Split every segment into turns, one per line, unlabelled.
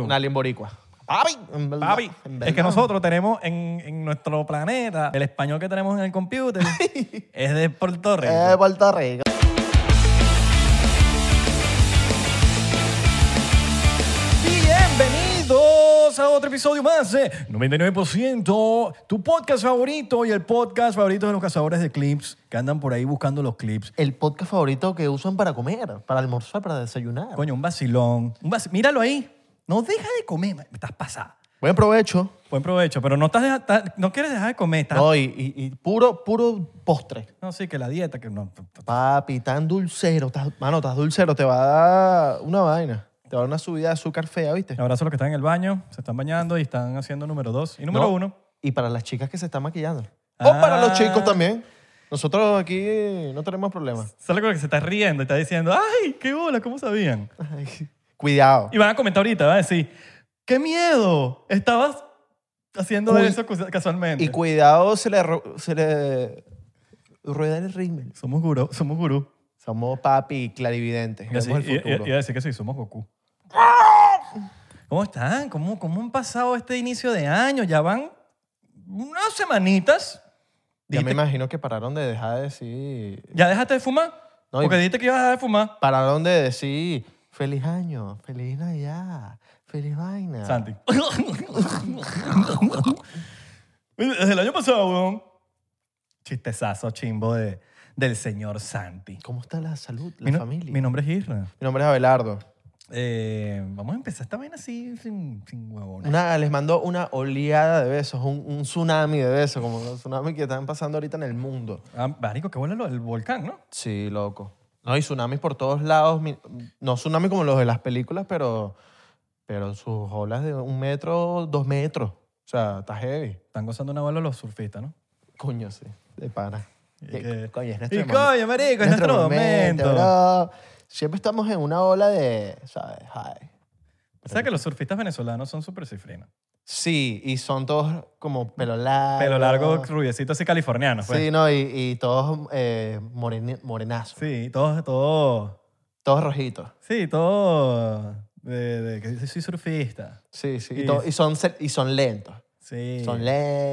Una alien boricua. Papi, en verdad,
Papi,
en
es que
verdad.
nosotros tenemos en, en nuestro planeta, el español que tenemos en el computer es de Puerto Rico.
Eh, Puerto Rico. pues.
Bienvenidos a otro episodio más de 99%, tu podcast favorito y el podcast favorito de los cazadores de clips que andan por ahí buscando los clips.
El podcast favorito que usan para comer, para almorzar, para desayunar.
Coño, un vacilón. Un vaci- Míralo ahí. No deja de comer, man. estás pasada.
Buen provecho.
Buen provecho, pero no, estás deja- estás- no quieres dejar de comer. estás- no.
No, y, y- y puro, puro postre.
sí, que la dieta, que no. t- t-
Papi, tan dulcero. estás- mano, estás dulcero. Te va a dar una vaina. Te va a dar una subida de azúcar fea, ¿viste?
Abrazo a los que están en el baño, se están bañando y están haciendo número dos. Y número
No.
uno.
Y para las chicas que se están maquillando.
Ah.
O para los chicos también. Nosotros aquí no tenemos problema.
Sale con el que se está riendo y está diciendo, ¡ay, qué bola! ¿Cómo sabían?
Ay, Cuidado.
Y van a comentar ahorita, van a decir, ¡qué miedo! Estabas haciendo
Uy.
eso cu- casualmente.
Y cuidado, se le, ro- se le rueda el rímel.
somos gurú, somos gurú.
Somos papi clarividentes.
Y así-
Vemos
y-
el
y-
futuro.
y iba a decir que sí, somos Goku. ¿Cómo están? ¿Cómo, ¿Cómo han pasado este inicio de año? Ya van unas semanitas.
Ya me
Dijiste-
imagino que pararon de dejar de decir.
¿Ya dejaste de fumar?
No, y-
Porque dijiste que ibas a dejar de fumar.
Pararon de decir. Feliz año, feliz Navidad, feliz vaina.
Santi. Desde el año pasado, weón. Chistezazo chimbo de, del señor Santi.
¿Cómo está la salud, la
mi, no-
familia?
mi
Mi,
nombre es Isra.
nombre es Abelardo.
Eh, vamos a empezar esta vaina así, sin, sin huevones.
Una, les mando una oleada de besos, un, un tsunami de besos, como los tsunamis que están pasando ahorita en el mundo.
Ah, marico, qué bueno lo del volcán, ¿no?
Sí, loco. No, y tsunamis por todos lados. mi- No tsunamis como los de las películas, pero, pero sus olas de un metro, dos metros. O sea, está heavy.
Están gozando una bola los surfistas, ¿no?
Coño, sí. De pana.
Y
Que-
que-
coño, es
Y
nuestro momento.
coño, marico, es nuestro momento.
bro. Siempre estamos en una ola de, ¿sabes? High.
O sea que los surfistas venezolanos son súper cifrinos.
Sí, y son todos como pelo largo.
Pelo largo, rubiecito, así californianos, pues.
Ah, Sí, no, y, y todos eh, moreni- morenazos.
Sí, todos, todos.
Todos rojitos.
Sí, todos. De, de que soy surfista.
Sí, sí.
Y-
Y, to- y son, se- y son lentos.
Sí.
Son eh,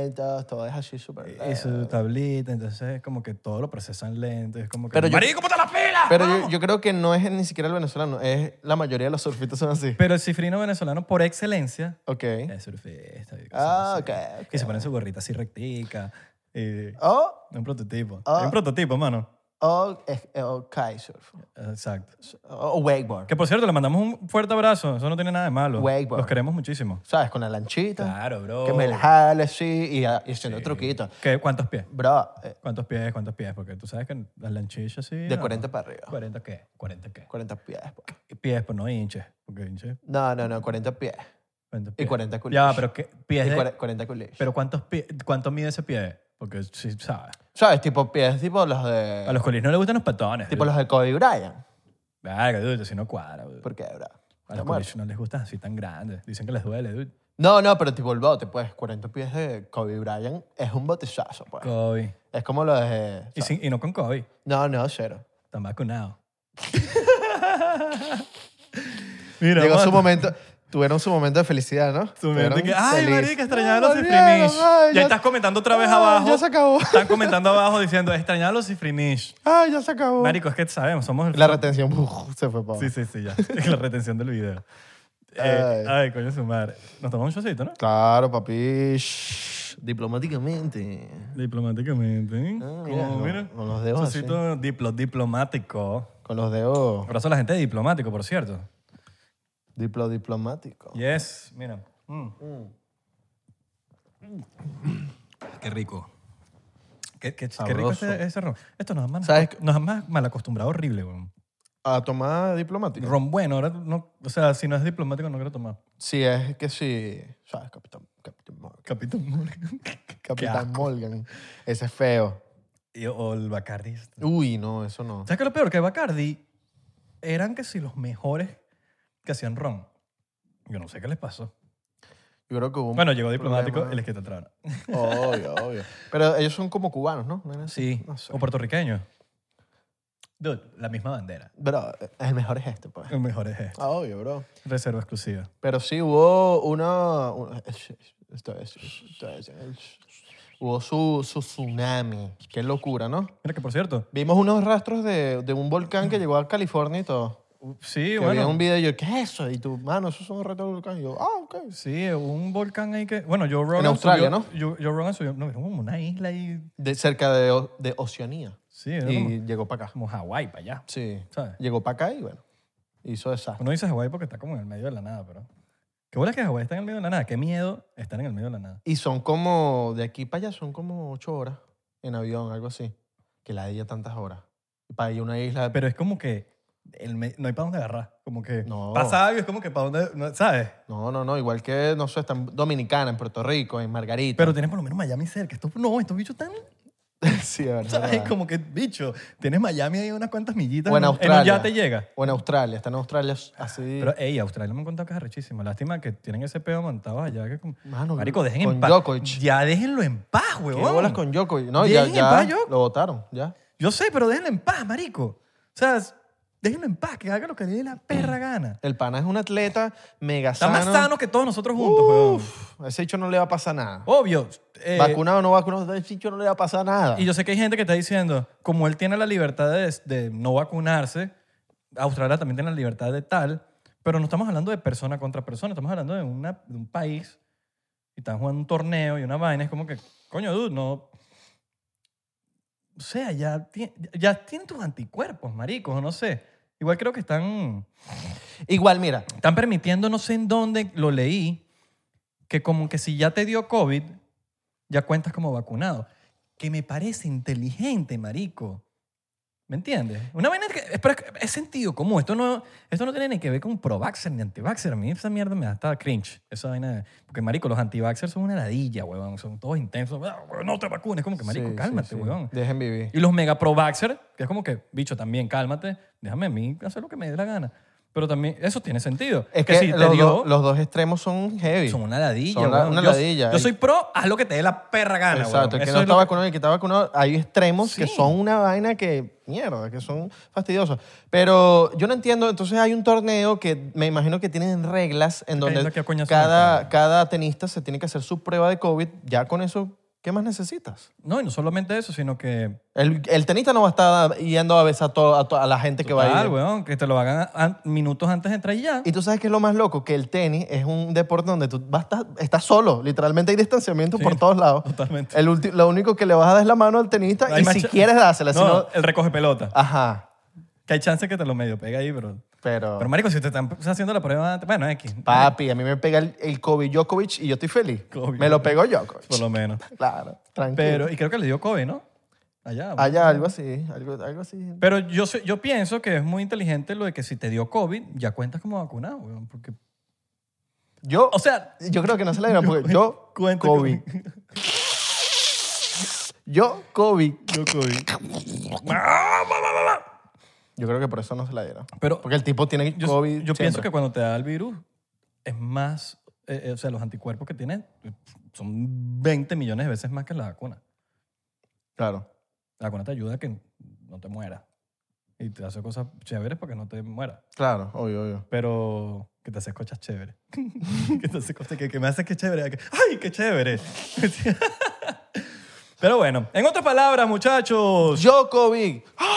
lentos, todo es así súper
Y su
lento.
tablita, entonces como que todo lo procesan lento. Es como que.
Pero yo-
¡Marico, ponte las pilas!
Pero
vamos!
yo, yo creo que no es ni siquiera el venezolano, es la mayoría de los surfistas son así.
Pero el cifrino venezolano, por excelencia,
Ok.
es surfista. y cosas
Ah,
así.
ok. ok.
Y se ponen su gorrita así rectica. Y...
Oh,
Un prototipo.
Ah.
Es Un prototipo, mano.
oh, es- oh, kitesurf.
Exacto.
O o wakeboard.
Que por cierto, le mandamos un fuerte abrazo. Eso no tiene nada de malo.
Wakeboard.
Los queremos muchísimo.
¿Sabes? Con la lanchita.
Claro, bro.
Que me la jale así y, a- y haciendo truquitos.
¿Qué? ¿Cuántos pies?
Bro, eh,
¿Cuántos pies? ¿Cuántos pies? Porque tú sabes que las lanchillas sí.
de
no.
40 para arriba.
¿40 qué? ¿40 qué?
40 pies. po.
Pies, pues no hinches. Porque hinches.
No, no, no, 40 pies.
40
Y
pies.
40 culiches.
Ya, va, pero ¿qué? Pies
Y
de-
cuare- 40 culiches.
¿Pero cuántos pies? ¿Cuánto mide ese pie? Porque sí, sabes.
¿Sabes? Tipo pies, tipo los de.
A los colis no les gustan los patones.
tipo los de Kobe Bryant.
dude. Verga, dude, si no cuadra. dude.
¿Por qué, bro?
A
Está
los
muerto.
colis no les gustan así tan grandes. Dicen que les duele, dude.
No, no, pero tipo el bote, pues 40 pies de Kobe Bryant es un botezazo, pues.
COVID.
es como lo de.
Y, sin- y no con COVID.
No, no, cero.
Están vacunados. Mira,
Llegó su
mano,
momento, tuvieron su momento de felicidad, ¿no?
su momento
Tuvieron
que, ay,
feliz.
marica, extrañaba los
Ay, volvieron,
cifrinish.
ay,
Ya estás comentando otra vez
ay,
abajo.
Ah, Ya se acabó.
Están comentando abajo diciendo, extrañaba los cifrinish.
Ay, ya se acabó.
Marico, es que sabemos, somos el...
La retención uf, se fue para
Sí, sí, sí, ya. la retención del video. Eh, ay. coño, su madre. Nos tomamos un chocito, ¿no?
Claro, papi. shh, Diplomáticamente.
Diplomáticamente.
Ah, mira,
Como,
no-
mira.
no los dejo así.
Chocito diplo, diplomático.
Con los dedos.
Abrazo a la gente de diplomático, por cierto.
Diplo diplomático.
Yes, mira. Mm.
Mm.
Qué rico. Qué, qué- qué rico
Sabroso.
ese, ese ron. Esto nos han, mal,
¿Sabes qué?
nos han mal, mal acostumbrado horrible, weón.
A tomar diplomático.
Ron bueno, ahora no, o sea, si no es diplomático no quiero tomar.
Sí, es que sí. ¿Sabes? Capitán, Capitán, Mor-
Capitán Morgan.
Capitán
asco.
Morgan. Ese es feo.
Y- O el Bacardi. este. ¿Sabes
Uy, no, eso no.
qué es lo peor? Que Bacardi eran que si los mejores que hacían ron. Yo no sé qué les pasó.
Yo creo que hubo un
Bueno, llegó diplomático
problema.
y les quitó el trabajo.
Obvio, obvio. Pero ellos son como cubanos, ¿no? ¿No era así?
Sí,
No sé.
o puertorriqueños. Dude, la misma bandera.
Pero el mejor es este, pues.
Lo mejor es esto.
Obvio, bro.
Reserva exclusiva.
Pero sí hubo una... una- esto es- esto es- hubo su, su tsunami. Qué locura, ¿no?
Mira que, por cierto,
Vimos unos rastros de, de un volcán que llegó a California y todo.
sí,
Que
bueno.
había un video y yo, ¿qué es eso? Y tú, mano, esos son restos de volcán. Y yo, ah, ok.
Sí, hubo un volcán ahí que... Bueno, Joe Rogan
Australia,
subió, Joe, Joe Rogan subió... No, era como una isla ahí...
De, cerca de, O- de Oceanía.
Sí, era como,
Y llegó para acá.
como Hawái, para allá.
Sí.
¿Sabes?
Llegó para acá y bueno, hizo desastre.
Uno dice Hawái porque está como en el medio de la nada, pero... Qué bola que Hawái está en el medio de la nada. Qué miedo estar en el medio de la nada.
Y son como, de aquí para allá son como ocho horas en avión, algo así. Que la de ella tantas horas. Y para ir a una isla...
Pero es como que el me- no hay para dónde agarrar. Como que
No.
pasa algo y es como que para dónde... no- ¿Sabes?
No, no, no. Igual que, no sé, están Dominicana, en Puerto Rico, en Margarita.
Pero tienes por lo menos Miami cerca. Estos, no, estos bichos están...
sí, de verdad.
¿Sabes? Como que, bicho, tienes Miami ahí unas cuantas millitas.
O en
un- un
Australia.
yate llega.
O en Australia. Está en Australia así...
Pero, ey, Australia me han contado que es rechísimo. Lástima que tienen ese pedo montado allá. Que como-
Mano,
Marico, dejen
con
en paz.
Djokovic.
Ya déjenlo en paz,
¿Qué
huevón.
bolas con Yoko? No, ya,
Dejen en
ya
paz, Djokovic.
lo votaron, ya.
Yo sé, pero déjenlo en paz, marico. O sea, s- déjenlo en paz, que haga lo que le dé la perra gana.
El pana es un atleta mega
Está
sano.
más sano que todos nosotros juntos, huevón.
Uf, a ese hecho no le va a pasar nada.
Obvio. eh,
vacunado o no vacunado, a ese hecho no le va a pasar nada.
y yo sé que hay gente que está diciendo, como él tiene la libertad de, de no vacunarse, Australia también tiene la libertad de tal, pero no estamos hablando de persona contra persona, estamos hablando de, una, de un país y están jugando un torneo y una vaina, es como que, coño, dude, no... O sea, ya, ti- ya tienen tus anticuerpos, maricos, no sé. Igual creo que están...
Igual, mira,
Están permitiendo, no sé en dónde lo leí, que como que si ya te dio COVID, ya cuentas como vacunado. Que me parece inteligente, marico. ¿Me entiendes? Una vaina que es, pero es- es sentido común. Esto no, esto no tiene ni que ver con pro-vaxxer ni anti-vaxxer. A mí esa mierda me da hasta cringe. Esa vaina. de- Porque, marico, los anti-vaxxer son una ladilla, huevón. Son todos intensos. Ah, huevón, No te vacunes. Como que, marico,
Sí, sí,
cálmate,
sí.
huevón.
Dejen vivir.
Y los mega pro vaxxer, que es como que, bicho, también cálmate, déjame a mí hacer lo que me dé la gana. Pero también, eso tiene sentido.
Es que,
si te
los,
dio,
dos, los dos extremos son heavy.
son una ladilla.
son la-
weón.
una
yo,
ladilla.
Yo soy pro, haz lo que te dé la perra gana,
Exacto, el
weón.
que
Eso
no
es
está
lo que-
vacunado y el que está vacunado, hay extremos que
Sí.
son una vaina que, mierda, que son fastidiosos. Pero yo no entiendo, entonces hay un torneo que me imagino que tienen reglas en donde
cayendo aquí a coñazo en el
cada, cada tenista se tiene que hacer su prueba de COVID, ya con eso, ¿qué más necesitas?
No, y no solamente eso, sino que.
El, el tenista no va a estar yendo a besar a, to- a to- a la gente que va a
tal,
ir.
weón, que te lo hagan an- minutos antes de entrar y ya.
Y tú sabes que es lo más loco, que el tenis es un deporte donde tú vas a estar- estás solo, literalmente hay distanciamiento
Sí,
por todos lados.
totalmente.
El ulti- lo único que le vas a dar es la mano al tenista
Hay
y
más
si
cha-
quieres dásela, si
No,
no...
el recoge pelota.
Ajá,
Que hay chance que te lo medio pega ahí, pero.
pero...
Pero, marico, si te están haciendo la prueba antes. Bueno, X.
Papi, a mí me pega el, el COVID Djokovic y yo estoy feliz.
Covid.
Me lo pegó Djokovic.
Por lo menos.
Claro, tranquilo.
Pero, y creo que le dio COVID, ¿no? Allá. weón.
Allá algo así, algo, algo así.
Pero yo, sé- yo pienso que es muy inteligente lo de que si te dio COVID, ya cuentas como vacunado, weón. Porque,
Yo,
o sea,
yo creo que no se la dieron porque yo,
cuento
COVID.
con-
Yo, COVID.
yo COVID.
Yo creo que por eso no se la dieron.
Pero
Porque el tipo tiene
yo,
COVID
yo pienso que
siempre.
cuando te da el virus, es más, eh, eh, o sea, los anticuerpos que tienes eh, son 20 millones de veces más que la vacuna.
Claro.
La vacuna te ayuda a que no te mueras. Y te hace cosas chéveres para que no te mueras.
Claro, obvio, obvio.
pero que te haces cosas chéveres. que te haces cosas que, que me haces que chévere. que- ¡Ay, qué chévere! pero bueno, en otras palabras, muchachos,
Yo, COVID. ¿Cómo,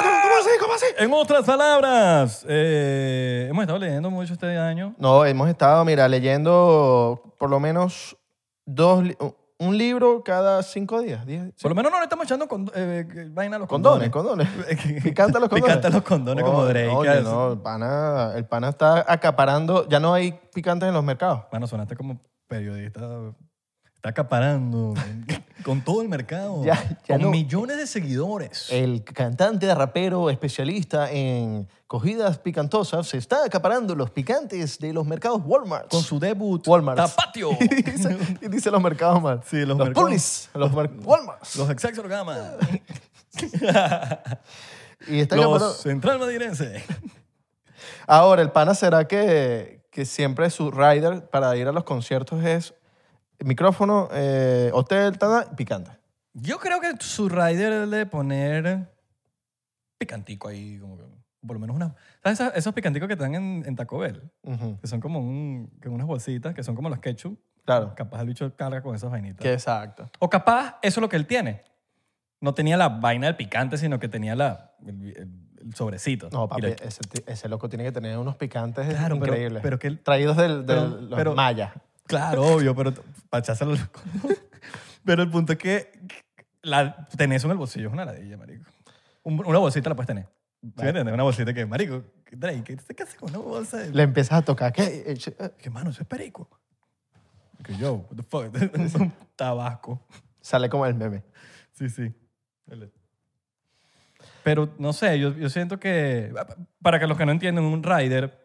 cómo, cómo así? ¿Cómo así?
en otras palabras, eh, hemos estado leyendo mucho este año.
No, hemos estado, mira, leyendo por lo menos dos, li- un libro cada cinco días. diez-
Por lo menos no le estamos echando condo- eh, que- vaina a los
Condones,
condones.
condones. Picante los condones.
Picante los condones como
Oye,
Drake.
oye,
así.
no, el pana, el pana está acaparando. Ya no hay picantes en los mercados.
Bueno, sonaste como periodista. Está acaparando con- con todo el mercado.
Ya- ya
con
no. Eh,
millones de seguidores.
El cantante, rapero, especialista en cogidas picantosas, se está acaparando los picantes de los mercados Walmart.
con su debut.
Walmart.
Tapatio.
y, dice, y dice los mercados mal.
Sí, los mercados-
Publis, los mer- Walmart.
Los Exaxorgama.
y está acaparando-
los Central Madrilense.
Ahora, el pana será que, que siempre su rider para ir a los conciertos es micrófono, eh, hotel, tada, picante.
Yo creo que su rider debe poner picantico ahí, como que, por lo menos una... ¿Sabes esas- esos picanticos que están en, en Taco Bell?
Ujú,
Que son como un, que unas bolsitas, que son como los ketchup.
Claro.
Capaz el bicho carga con esas vainitas.
Que exacto.
O capaz eso es lo que él tiene. No tenía la vaina del picante, sino que tenía la, el, el- el sobrecito.
No, papi,
Y le-
ese, ti- ese loco tiene que tener unos picantes
Claro, pero-
increíbles.
pero que él-
Traídos del, del
pero-
los
pero-
mayas.
Claro, obvio, pero para echárselo al loco. Pero el punto es que la, tener eso en el bolsillo es una ladilla, marico. Un- una bolsita la puedes tener. ¿Sí me
Vale.
entiendes? Una bolsita que, marico, Drake, ¿qué te haces con una bolsa? De...
Le empiezas a tocar. ¿Qué? Eh, ch- eh,
Que, mano, eso es perico. Que yo, what the fuck, un tabasco.
Sale como el meme.
Sí, sí. Pero no sé, yo, yo siento que, para que los que no entienden, un rider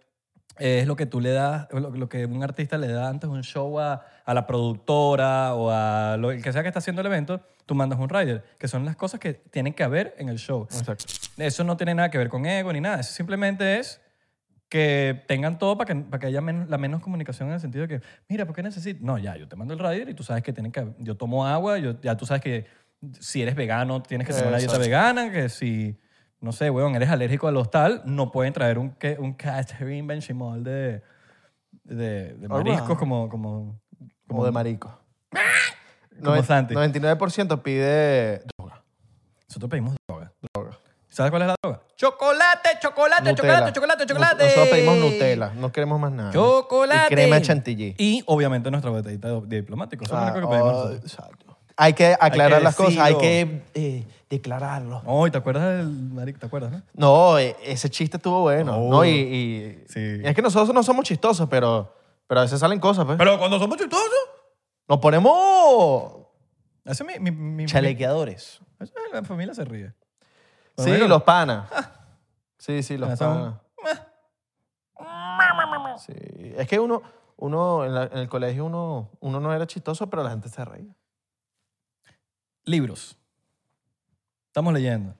eh, es lo que tú le das, lo, lo que un artista le da antes de un show a, a la productora o a lo el que sea que está haciendo el evento, tú mandas un rider, que son las cosas que tienen que haber en el show.
Exacto.
Eso no tiene nada que ver con ego ni nada, eso simplemente es que tengan todo para que, para que haya menos, la menos comunicación en el sentido de que, mira, ¿por qué necesito? No, ya, yo te mando el rider y tú sabes que tienen que, yo tomo agua, yo, ya tú sabes que si eres vegano tienes que tomar la dieta
Exacto.
vegana, que si, no sé, weón, eres alérgico al hostal, no pueden traer un, que- un catering benchimol de, de, de
Alright.
mariscos como, como,
Como de marico.
Como
Noven-
Santi.
99% pide droga.
Nosotros pedimos droga.
Droga.
¿Sabes cuál es la droga? Chocolate, chocolate,
Nutella.
chocolate, chocolate,
Nos-
chocolate.
Nosotros pedimos Nutella. No queremos más nada.
Chocolate.
Y crema de chantilly.
Y obviamente nuestra botellita de de diplomático. Eso es lo único
Ah,
que pedimos
oh,
nosotros.
exacto. Hay que aclarar las cosas, hay
decirlo.
que eh, declararlo.
Oh, ¿y ¿te acuerdas del marico? ¿Te acuerdas, no?
No, e- ese chiste estuvo bueno.
Oh.
¿no? Y, y-
Sí.
y es que nosotros no somos chistosos, pero, pero a veces salen cosas. Pues.
Pero cuando somos chistosos.
Nos ponemos
Eso mi, mi, mi-
chalequeadores.
mi- eso la familia se ríe.
Sí,
Bueno,
los panas. Sí, sí, los
Ah, son-
panas. Sí. Es que uno, uno en, la- en el colegio uno, uno no era chistoso, pero la gente se reía.
Libros. Estamos leyendo.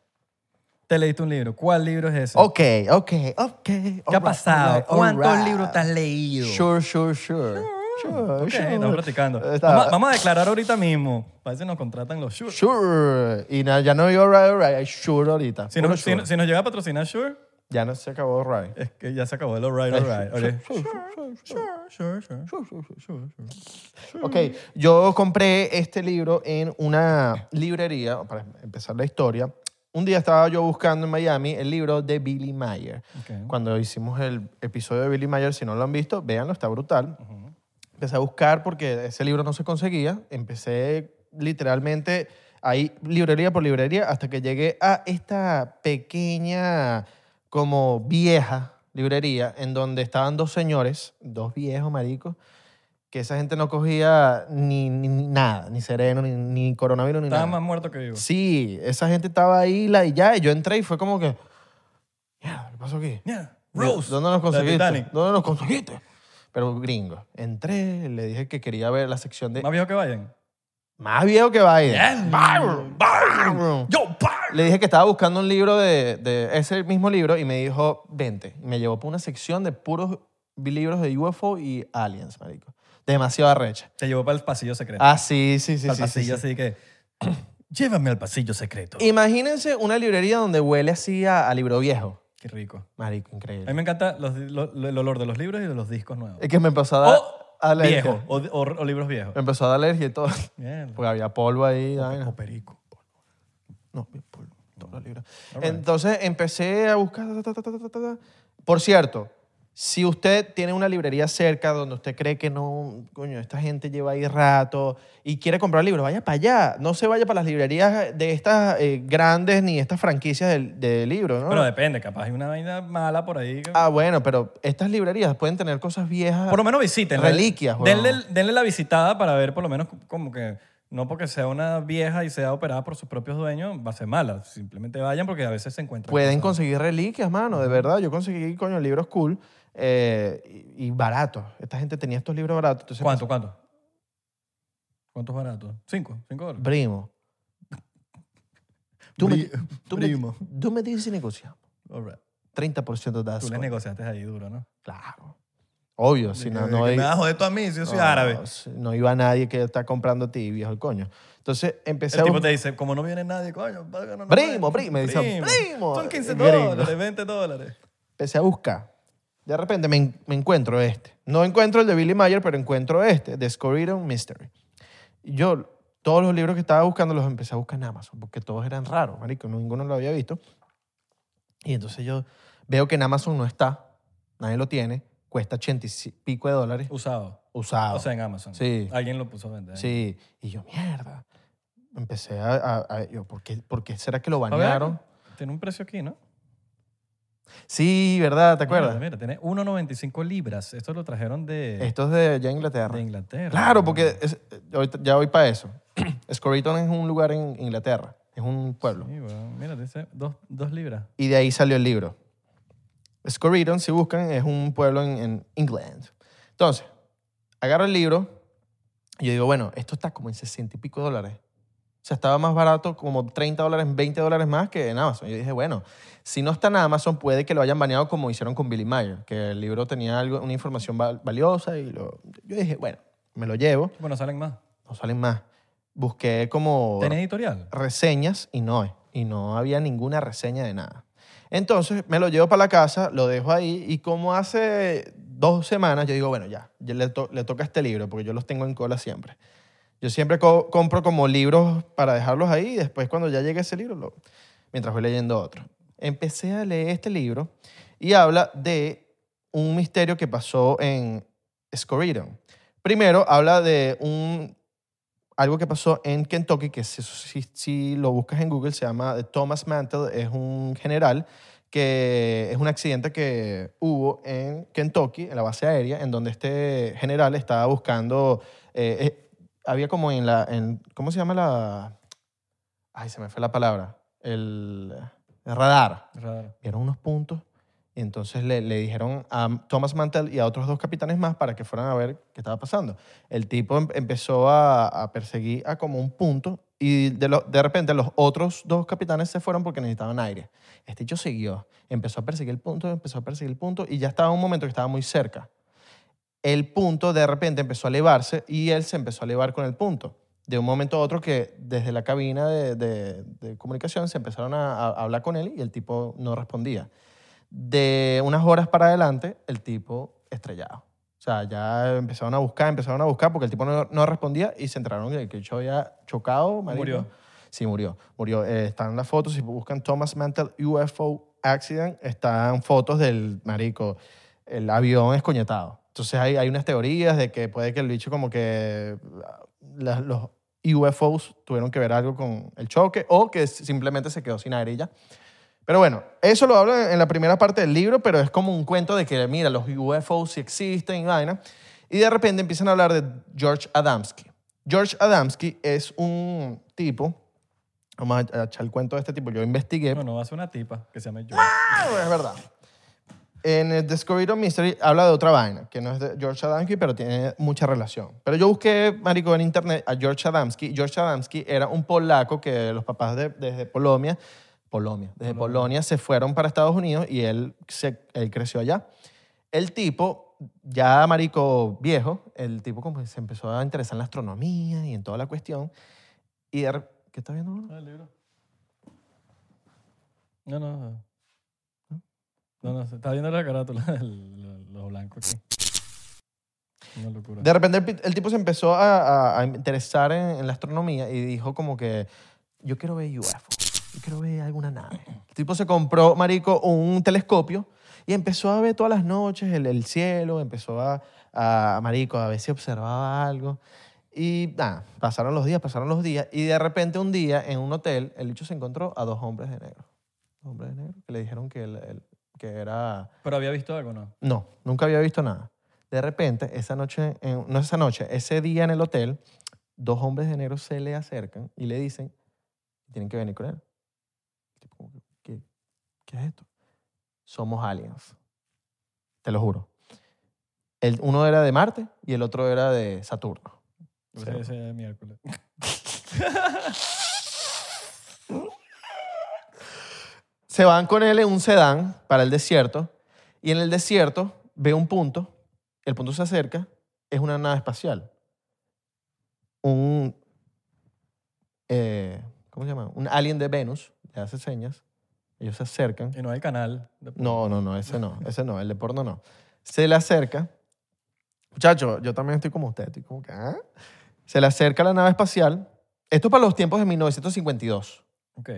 Te leíste un libro. ¿Cuál libro es ese?
Ok, ok, ok.
¿Qué ha pasado? ¿Cuántos libros te has leído?
Sure, sure, sure. Sure,
Ok,
sure.
estamos platicando.
Está-
Vamos, vamos a declarar ahorita mismo. Parece que nos contratan los Shure.
Sure. Y na- ya no digo right, right, sure ahorita.
Si,
Puro
nos, si
sure.
nos- si nos llega a patrocinar Shure,
Ya no se acabó right.
es que ya se acabó el alright, alright.
Eh, Sure,
ok.
sure, sure, sure.
Sure, sure, sure.
Ok, yo compré este libro en una librería, para empezar la historia. Un día estaba yo buscando en Miami el libro de Billy Mayer.
Ok.
Cuando hicimos el episodio de Billy Mayer, si no lo han visto, véanlo, está brutal. Empecé a buscar porque ese libro no se conseguía. Empecé literalmente ahí, librería por librería, hasta que llegué a esta pequeña, como vieja librería, en donde estaban dos señores, dos viejos maricos, que esa gente no cogía ni, ni- ni nada, ni sereno, ni, ni coronavirus, ni
Estaba
nada.
más muerto que vivo.
Sí, esa gente estaba ahí la, y ya, y yo entré y fue como que, "Mierda, ¿qué pasó aquí?
Yeah,
Yo,
Rose.
¿Dónde nos
la de
conseguiste?
Titanic.
¿Dónde nos conseguiste? Pero gringo. Entré, le dije que quería ver la sección de
Más viejo que vayan.
más viejo que Biden.
Bien.
Byron, Byron.
Yo, par.
Le dije que estaba buscando un libro de, de ese mismo libro y me dijo, vente. Y Me llevó por una sección de puros libros de UFO y aliens, marico. Demasiado arrecha.
Te llevó para el pasillo secreto.
Ah, sí, sí, sí,
al
sí, sí,
pasillo,
sí.
así que. Llévame al pasillo secreto.
Imagínense una librería donde huele así a, a libro viejo.
Qué rico.
Marico,
A mí
increíble.
me encanta los di- lo- lo- el olor de los libros y de los discos nuevos.
Es que me empezó a dar
O
alergia.
viejos, o, di- o- o libros viejos.
Me empezó a dar alergia y todo.
Mierda.
Porque había polvo ahí. vaina.
O perico.
No, bien, por toda la libra.
Alright.
Entonces empecé a buscar. ta, ta, ta, ta, ta, ta, ta. Por cierto, si usted tiene una librería cerca donde usted cree que no, coño, esta gente lleva ahí rato y quiere comprar libros, vaya para allá. No se vaya para las librerías de estas eh, grandes ni estas franquicias de, de libros, ¿no?
Pero depende, capaz hay una vaina mala por ahí. que-
ah, bueno, pero estas librerías pueden tener cosas viejas.
por lo menos visiten.
Reliquias, weón.
denle, denle la visitada para ver por lo menos como que no porque sea una vieja y sea operada por sus propios dueños va a ser mala. Simplemente vayan porque a veces se encuentran.
Pueden
cosas.
conseguir reliquias, mano, de verdad. Yo conseguí, coño, libros cool eh, y, y baratos. Esta gente tenía estos libros baratos. Entonces,
¿Cuánto, cuánto? ¿Cuántos baratos? ¿Cinco? ¿Cinco dólares?
Primo. Tú, me,
Bri-
tú, me,
primo.
tú me dices si negociamos.
All right.
30% de
Tú
asco.
les negociaste ahí duro, ¿no?
Claro. Obvio, si no,
Que-
no
que
hay...
Me vas a joder tú a mí, si yo soy árabe.
No iba nadie que está comprando a ti, viejo el coño. Entonces empecé
El
a
tipo
bus-
te dice, como no viene nadie, coño, paga, no, no,
Primo,
vale.
primo, dice, primo,
Son 15
gringo.
dólares, 20 dólares.
empecé a buscar. De repente me, en- me encuentro este. No encuentro el de Billy Mayer, pero encuentro este, The Scorpion Mystery. Y Yo todos los libros que estaba buscando los empecé a buscar en Amazon, porque todos eran raros, marico, ninguno lo había visto. Y entonces yo veo que en Amazon no está, nadie lo tiene, cuesta 80 y si- pico de dólares
Usado.
usado.
O sea, en Amazon.
Sí.
Alguien lo puso a vender.
Sí, y yo, mierda. Empecé a, a- a- yo, ¿por qué, por qué será que lo
A ver,
bañaron?
Tiene un precio aquí, ¿no?
Sí, ¿verdad? ¿Te
Mira,
acuerdas?
mira, tiene 1.95 libras. Esto lo trajeron de,
Esto es de ya
de
Inglaterra.
Inglaterra.
Claro, porque es- ahorita- ya voy para eso. Scorpion es un lugar en Inglaterra, es un pueblo.
Sí, weón. Mira, dice 2 libras.
Y de ahí salió el libro. Scorpion, si buscan, es un pueblo en, en England. Entonces, agarro el libro y yo digo, bueno, esto está como en 60 y pico dólares. O sea, estaba más barato, como 30 dólares, 20 dólares más que en Amazon. Yo dije, bueno, si no está en Amazon, puede que lo hayan baneado como hicieron con Billy Mayer, que el libro tenía algo, una información val- valiosa y lo, yo dije, bueno, me lo llevo.
Bueno, salen más.
no salen más. Busqué como
¿Tenés editorial?
reseñas y no, y no había ninguna reseña de nada. Entonces me lo llevo para la casa, lo dejo ahí y como hace dos semanas yo digo, bueno, ya, ya le, to- le toca este libro porque yo los tengo en cola siempre. Yo siempre co- compro como libros para dejarlos ahí y después cuando ya llegue ese libro, lo- mientras voy leyendo otro. Empecé a leer este libro y habla de un misterio que pasó en Scorpion. Primero habla de un algo que pasó en Kentucky, que si, si- si lo buscas en Google se llama Thomas Mantle, es un general que es un accidente que hubo en Kentucky, en la base aérea, en donde este general estaba buscando, eh, eh, había como en la, en, ¿cómo se llama la? Ay, se me fue la palabra, el, el radar
Raro.
vieron unos puntos y entonces le, le dijeron a Thomas Mantel y a otros dos capitanes más para que fueran a ver qué estaba pasando. El tipo em- empezó a, a perseguir a como un punto y de, lo- de repente los otros dos capitanes se fueron porque necesitaban aire. Este hecho siguió, empezó a perseguir el punto, empezó a perseguir el punto y ya estaba un momento que estaba muy cerca. El punto de repente empezó a elevarse y él se empezó a elevar con el punto. De un momento a otro que desde la cabina de, de- de comunicación se empezaron a- a hablar con él y el tipo no respondía de unas horas para adelante, el tipo estrellado. O sea, ya empezaron a buscar, empezaron a buscar porque el tipo no, no respondía y se enteraron que el show había chocado. marico.
Murió.
Sí, murió. Murió. Eh, están las fotos, si buscan Thomas Mantle UFO Accident, están fotos del marico, el avión escoñetado. Entonces hay, hay unas teorías de que puede que el bicho como que la- los UFOs tuvieron que ver algo con el choque o que simplemente se quedó sin aire y ya. Pero bueno, eso lo hablo en la primera parte del libro, pero es como un cuento de que, mira, los UFOs sí existen y vaina. Y de repente empiezan a hablar de George Adamski. George Adamski es un tipo, vamos a a echar el cuento de este tipo, yo investigué,
Bueno, hace una tipa que se llama Joy.
Ah, es verdad. En el Discovery of Mystery habla de otra vaina, que no es de George Adamski, pero tiene mucha relación. Pero yo busqué, marico, en internet a George Adamski. George Adamski era un polaco que los papás de- desde Polonia, Polonia, desde Polonia. se fueron para Estados Unidos y él, se, él creció allá. El tipo, ya marico viejo, el tipo como que se empezó a interesar en la astronomía y en toda la cuestión. Y de re- ¿Qué estás viendo? Bruno?
Ah, el libro. No, no. No, no, se está viendo la carátula del lo blanco aquí. Una locura.
De repente el, pi- el tipo se empezó a, a- a interesar en, en la astronomía y dijo como que yo quiero ver UFO, yo quiero ver alguna nave. El tipo se compró, marico, un telescopio y empezó a ver todas las noches el, el cielo, empezó a, a, marico, a ver si observaba algo. Y nada, pasaron los días, pasaron los días y de repente un día en un hotel el bicho se encontró a dos hombres de negro. Dos hombres de negro que le dijeron que, el- el- que era...
Pero había visto algo, ¿no?
No, nunca había visto nada. De repente, esa noche, en- no esa noche, ese día en el hotel, dos hombres de negro se le acercan y le dicen, tienen que venir con él. El tipo como que, ¿Qué, qué es esto? Somos aliens. Te lo juro. El, uno era de Marte y el otro era de Saturno.
Ese,
Sí.
ese es miércoles.
Se van con él en un sedán para el desierto y en el desierto ve un punto El punto se acerca, es una nave espacial. Un. eh, ¿Cómo se llama? Un alien de Venus le hace señas. Ellos se acercan.
Y no hay canal. de-
No, no, no, ese no, ese no, el de porno no. Se le acerca. Muchacho, yo también estoy como usted, estoy como que. ¿ah? Se le acerca la nave espacial. Esto es para los tiempos de 1952.
Ok.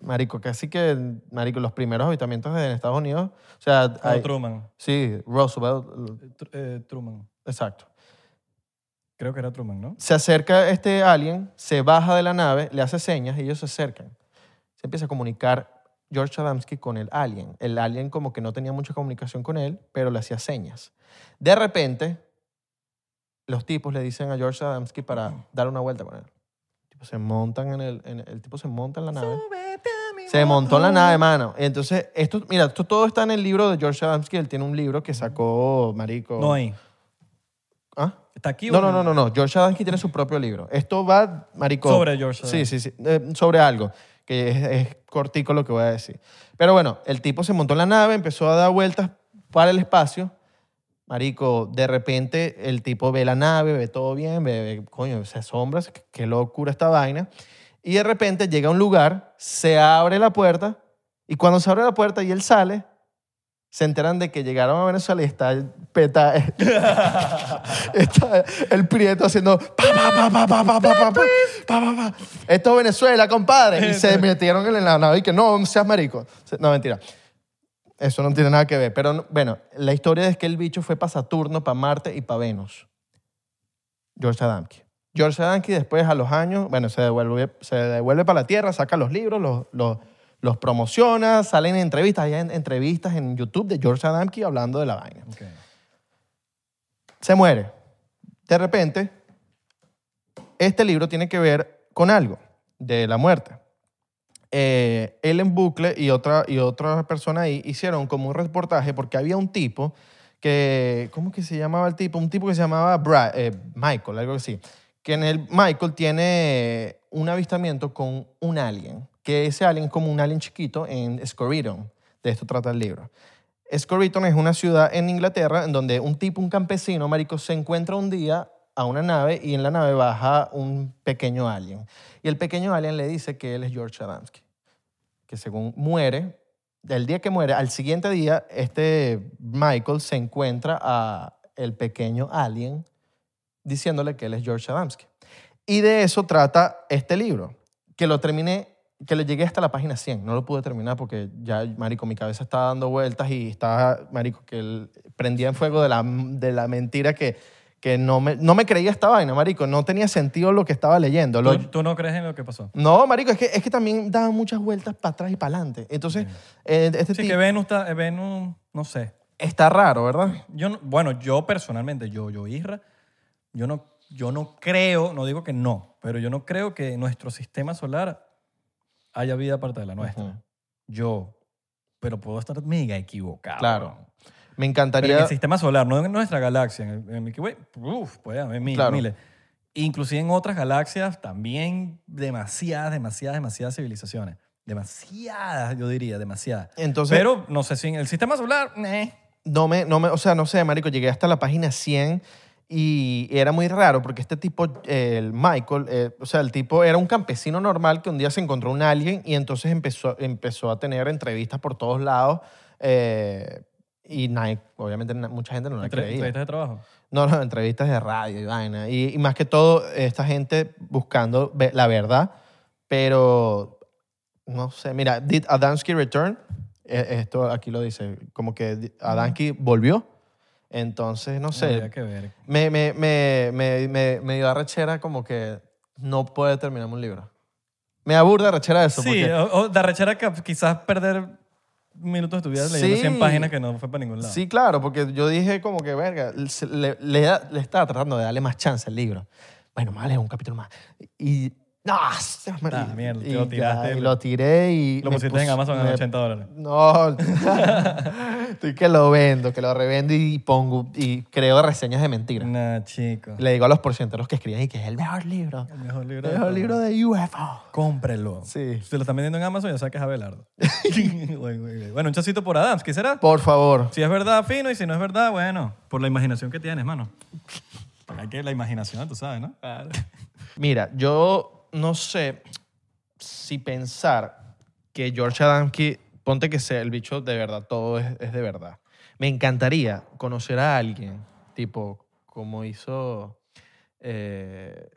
Marico, casi que, marico, los primeros avistamientos en Estados Unidos, o sea,
Como
hay-
Truman.
sí, Roosevelt,
Eh, Tr- eh, Truman.
exacto.
Creo que era Truman, ¿no?
Se acerca este alien, se baja de la nave, le hace señas y ellos se acercan. Se empieza a comunicar George Adamski con el alien. El alien como que no tenía mucha comunicación con él, pero le hacía señas. De repente, los tipos le dicen a George Adamski para dar una vuelta con él. Tipo, se montan en el, en- el tipo se monta en la nave. Se montó en la nave, mano. Entonces, esto, mira, esto todo está en el libro de George Adamski. Él tiene un libro que sacó, marico.
No hay.
¿Ah?
Está aquí.
No,
o
no, no, no, no. George Adamski tiene su propio libro. Esto va, marico.
Sobre George Adamski.
Sí, sí, sí. Eh, sobre algo. Que es, es cortico lo que voy a decir. Pero bueno, el tipo se montó en la nave, empezó a dar vueltas para el espacio. Marico, de repente el tipo ve la nave, ve todo bien, ve, ve- coño, se asombra, qué, qué locura esta vaina. Y de repente llega a un lugar, se abre la puerta, y cuando se abre la puerta y él sale, se enteran de que llegaron a Venezuela y está el peta, está el prieto haciendo pa, pa, pa, pa, pa, pa, pa, pa, pa, pa, pa, pa. Esto es Venezuela, compadre. Y se metieron en la nave y que no, seas marico. No, mentira. Eso no tiene nada que ver. Pero no- bueno, la historia es que el bicho fue para Saturno, para Marte y para Venus. George Adamski. George Adamski después a los años, bueno, se devuelve, se devuelve para la Tierra, saca los libros, los, los, los promociona, salen en entrevistas, hay en- entrevistas en YouTube de George Adamski hablando de la vaina.
Ok.
Se muere. De repente, este libro tiene que ver con algo de la muerte. Eh, Ellen Bucle y otra, y otra persona ahí hicieron como un reportaje porque había un tipo que, ¿cómo que se llamaba el tipo? Un tipo que se llamaba Bra- eh, Michael, algo así. Que en el Michael tiene un avistamiento con un alien, que ese alien es como un alien chiquito en Scorpion. De esto trata el libro. Scorpion es una ciudad en Inglaterra en donde un tipo, un campesino, marico, se encuentra un día a una nave y en la nave baja un pequeño alien. Y el pequeño alien le dice que él es George Adamski, que según muere, del día que muere, al siguiente día, este Michael se encuentra a el pequeño alien diciéndole que él es George Adamski. Y de eso trata este libro, que lo terminé, que lo llegué hasta la página 100. No lo pude terminar porque ya, marico, mi cabeza estaba dando vueltas y estaba, marico, que el- prendía en fuego de la, de la mentira que, que no, me, no me creía esta vaina, marico. No tenía sentido lo que estaba leyendo. Lo-
¿Tú, tú no crees en lo que pasó?
no, marico, es que, es que también daban muchas vueltas para atrás y para adelante. Entonces, eh, este
Sí,
tipo
que Venus está... eh, Venus, no sé.
está raro, ¿verdad?
Yo no- bueno, yo personalmente, yo, yo, Isra, yo no, yo no creo, no digo que no, pero yo no creo que en nuestro sistema solar haya vida aparte de la nuestra.
Ujú.
Yo. Pero puedo estar mega equivocado.
Claro.
weón.
Me
Pero en
encantaría...
el sistema solar, no en nuestra galaxia, en el, en el Milky Way, uf, puede haber miles,
Claro.
miles. Inclusive en otras galaxias también demasiadas, demasiadas, demasiadas civilizaciones. Demasiadas, yo diría, demasiadas.
Entonces,
Pero no sé si en el sistema solar, eh.
no me, no me, o sea, no sé, marico, llegué hasta la página 100 y era muy raro porque este tipo, eh, el Michael, eh, o sea, el tipo era un campesino normal que un día se encontró un alien y entonces empezó, empezó a tener entrevistas por todos lados eh, y nadie- obviamente na- mucha gente no le
Entre-
creía.
entrevistas de trabajo.
No, no, entrevistas de radio y vaina. Y, y más que todo, esta gente buscando ve- la verdad. Pero, no sé, mira, Did Adamski Return? Eh, Esto aquí lo dice, como que di- Adamski volvió. Entonces, no
Habría
sé,
que ver.
me, me, me, me, me, me dio arrechera como que no puede terminarme un libro. Me aburre arrechera eso.
Sí,
porque,
o, o de arrechera que quizás perder minutos de tu vida leyendo
Sí.
100 páginas que no fue para ningún lado.
Sí, claro, porque yo dije como que, verga, se- le, le da- le estaba tratando de darle más chance al libro. Bueno, vale, un capítulo más. Y No, se-
Ah, mierda, te
y
lo
ya,
tiraste.
y lo tiré y...
Lo
me
pusiste en
pus-
Amazon en
me-
80 dólares.
No, estoy que lo vendo, que lo revendo y pongo y creo reseñas de mentira.
Nah, chico.
Le digo a los porcenteros que escriben y que es el mejor libro.
El mejor
El
libro. de
mejor
todos.
libro de UFO.
Cómprelo.
Sí.
Si te lo están vendiendo en Amazon, ya saques a Belardo. bueno, un chacito por Adams. ¿Qué será?
Por favor.
Si es verdad, fino. Y si no es verdad, bueno, por la imaginación que tienes, mano. Hay que la imaginación, tú sabes, ¿no?
Mira, yo no sé si pensar que George Adamski, ponte que sea el bicho de verdad, todo es, es de verdad. Me encantaría conocer a alguien, tipo, como hizo. eh,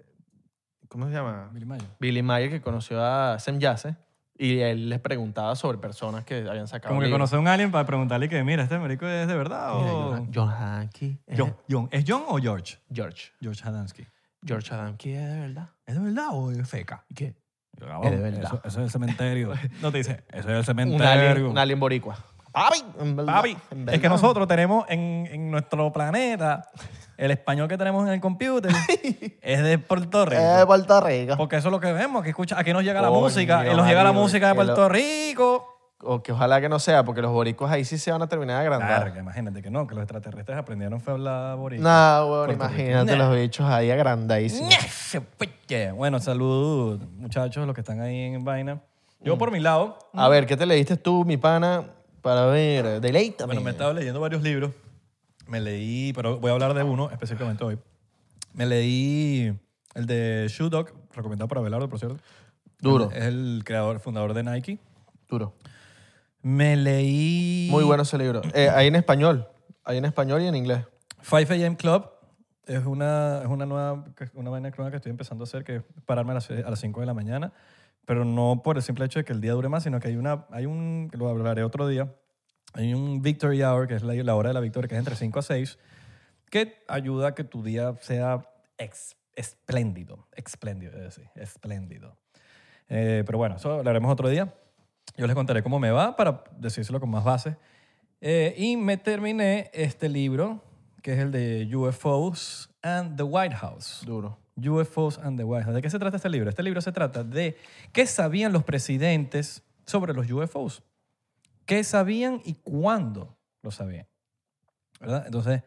¿Cómo se llama?
Billy Mayer.
Billy Mayer que conoció a Sam Yace y él les preguntaba sobre personas que habían sacado.
Como que
libros.
conoce a un alien para preguntarle que, mira, este marico es de verdad
Mira,
o...
John- John Adamski es
John, John. ¿Es John o George?
George.
George Hadansky.
George Adamski es de verdad.
¿Es de verdad o es feca?
¿Y qué?
Cabrón,
Es de verdad.
Eso, eso es el cementerio. No te dice, eso es el
Un
cementerio.
alien, un alien boricua. Papi, en verdad,
Papi,
en
es que
verdad.
nosotros tenemos en, en nuestro planeta, el español que tenemos en el computer es de Puerto Rico.
Eh, Puerto Rico.
Porque eso es lo que vemos, que escucha, aquí nos llega la
Coño,
música, y nos llega la
marico,
música de
que lo-
Puerto Rico.
O que ojalá que no sea, porque los boricuas ahí sí se van a terminar de agrandar.
Claro, imagínate que no, que los extraterrestres aprendieron fue a hablar boricua.
No, weón,
Puerto Rico.
imagínate
Nah.
los bichos ahí agrandadísimos.
Bueno, salud, muchachos, los que están ahí en vaina.
Mm.
Yo por mi lado,
A ver, ¿qué te leíste tú, mi pana? Para ver, deleítame.
bueno, me estaba leyendo varios libros. Me leí, pero voy a hablar de uno específicamente hoy. Me leí el de Shoe Dog, recomendado por Abelardo, por cierto.
Duro,
Es el creador, fundador de Nike.
duro.
Me leí...
Muy bueno ese libro. Eh, hay en español. Hay en español y en inglés.
5 AM Club es una, es una nueva una vaina nueva que estoy empezando a hacer, que es pararme a las, a las 5 de la mañana, pero no por el simple hecho de que el día dure más, sino que hay, una, hay un, que lo hablaré otro día, hay un Victory Hour, que es la, la hora de la victoria, que es entre 5 a 6, que ayuda a que tu día sea ex- espléndido, espléndido, es decir, espléndido. Eh, pero bueno, eso lo haremos otro día. Yo les contaré cómo me va para decírselo con más bases. Eh, y me terminé este libro, que es el de UFOs and the White House.
Duro.
UFOs and the White House. ¿De qué se trata este libro? Este libro se trata de qué sabían los presidentes sobre los UFOs. ¿Qué sabían y cuándo lo sabían? ¿Verdad? Entonces,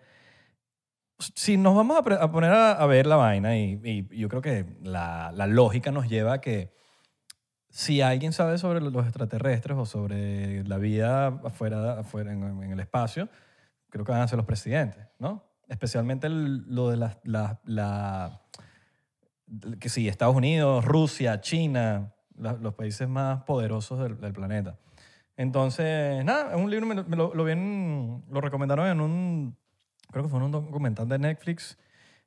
si nos vamos a, pre- a poner a, a ver la vaina, y, y yo creo que la, la lógica nos lleva a que si alguien sabe sobre los extraterrestres o sobre la vida afuera, afuera en, en el espacio, creo que van a ser los presidentes, ¿no? Especialmente el- lo de las- la, la- que sí, Estados Unidos, Rusia, China, la- los países más poderosos del, del planeta. Entonces, nada, es un libro, me lo, me lo- lo vi en- lo recomendaron en un, creo que fue en un documental de Netflix.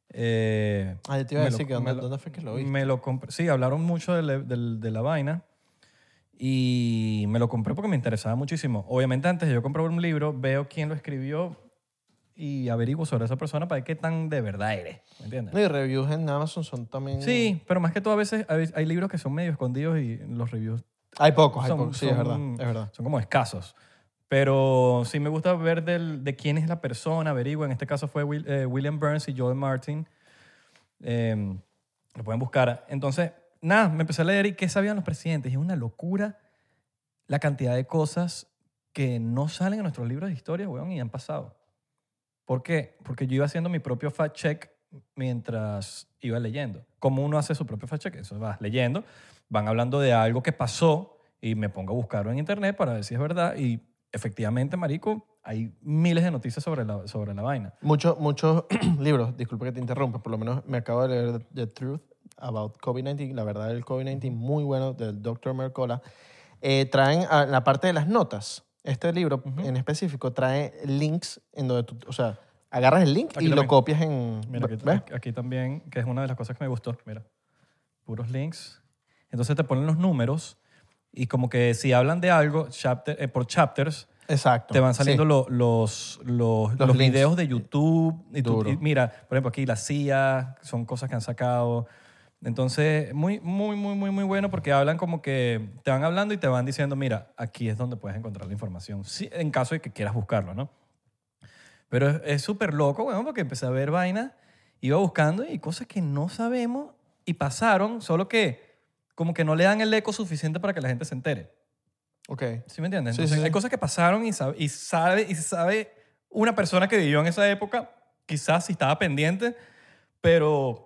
Eh,
Ah, yo te iba a
me lo-
decir que dónde,
me lo-
dónde fue que lo viste.
me lo compré. Sí, hablaron mucho de, la- del- de la vaina y me lo compré porque me interesaba muchísimo. Obviamente, antes de yo comprar un libro, veo quién lo escribió y averiguo sobre esa persona para ver qué tan de verdad eres. ¿Me entiendes?
No, y reviews en Amazon son también...
Sí, pero más que todo, a veces hay, hay libros que son medio escondidos y los reviews
Hay pocos, hay
Son-
pocos. Sí, es
son-
verdad, es verdad.
son como escasos. Pero sí me gusta ver del- de quién es la persona, averigua. En este caso fue Will- eh, William Burns y Joel Martin. Eh, lo pueden buscar. Entonces, nada, me empecé a leer y qué sabían los presidentes. Y es una locura la cantidad de cosas que no salen en nuestros libros de historia, weón, y han pasado. ¿Por qué? Porque yo iba haciendo mi propio fact-check mientras iba leyendo. Como uno hace su propio fact-check, eso vas leyendo, van hablando de algo que pasó y me pongo a buscarlo en internet para ver si es verdad. Y efectivamente, marico, hay miles de noticias sobre la, sobre la vaina.
Muchos, muchos libros, disculpa que te interrumpa, por lo menos me acabo de leer The Truth About COVID-19, la verdad del COVID-19, muy bueno, del Dr. Mercola. Eh, traen, a- la parte de las notas, este libro en específico trae links en donde tú, o sea, agarras el link
Aquí
y lo
también.
copias en...
Mira, aquí,
¿ves?
aquí también, que es una de las cosas que me gustó. Mira, puros links. Entonces te ponen los números y como que si hablan de algo, chapter, eh, por chapters,
Exacto.
te van
sí.
saliendo lo- los, los,
Los
los
links.
videos de YouTube. Y tú-
Duro.
y mira, por ejemplo, aquí la CIA, son cosas que han sacado. Entonces, muy, muy, muy, muy, muy bueno porque hablan como que te van hablando y te van diciendo, mira, aquí es donde puedes encontrar la información, si- en caso de que quieras buscarlo, ¿no? Pero es- es súper loco, weón, porque empecé a ver vainas, iba buscando y cosas que no sabemos y pasaron, solo que como que no le dan el eco suficiente para que la gente se entere.
Ok.
¿Sí me entiendes?
Sí,
Entonces,
sí, sí.
hay cosas que pasaron y sabe, y sabe y sabe una persona que vivió en esa época, quizás si estaba pendiente, pero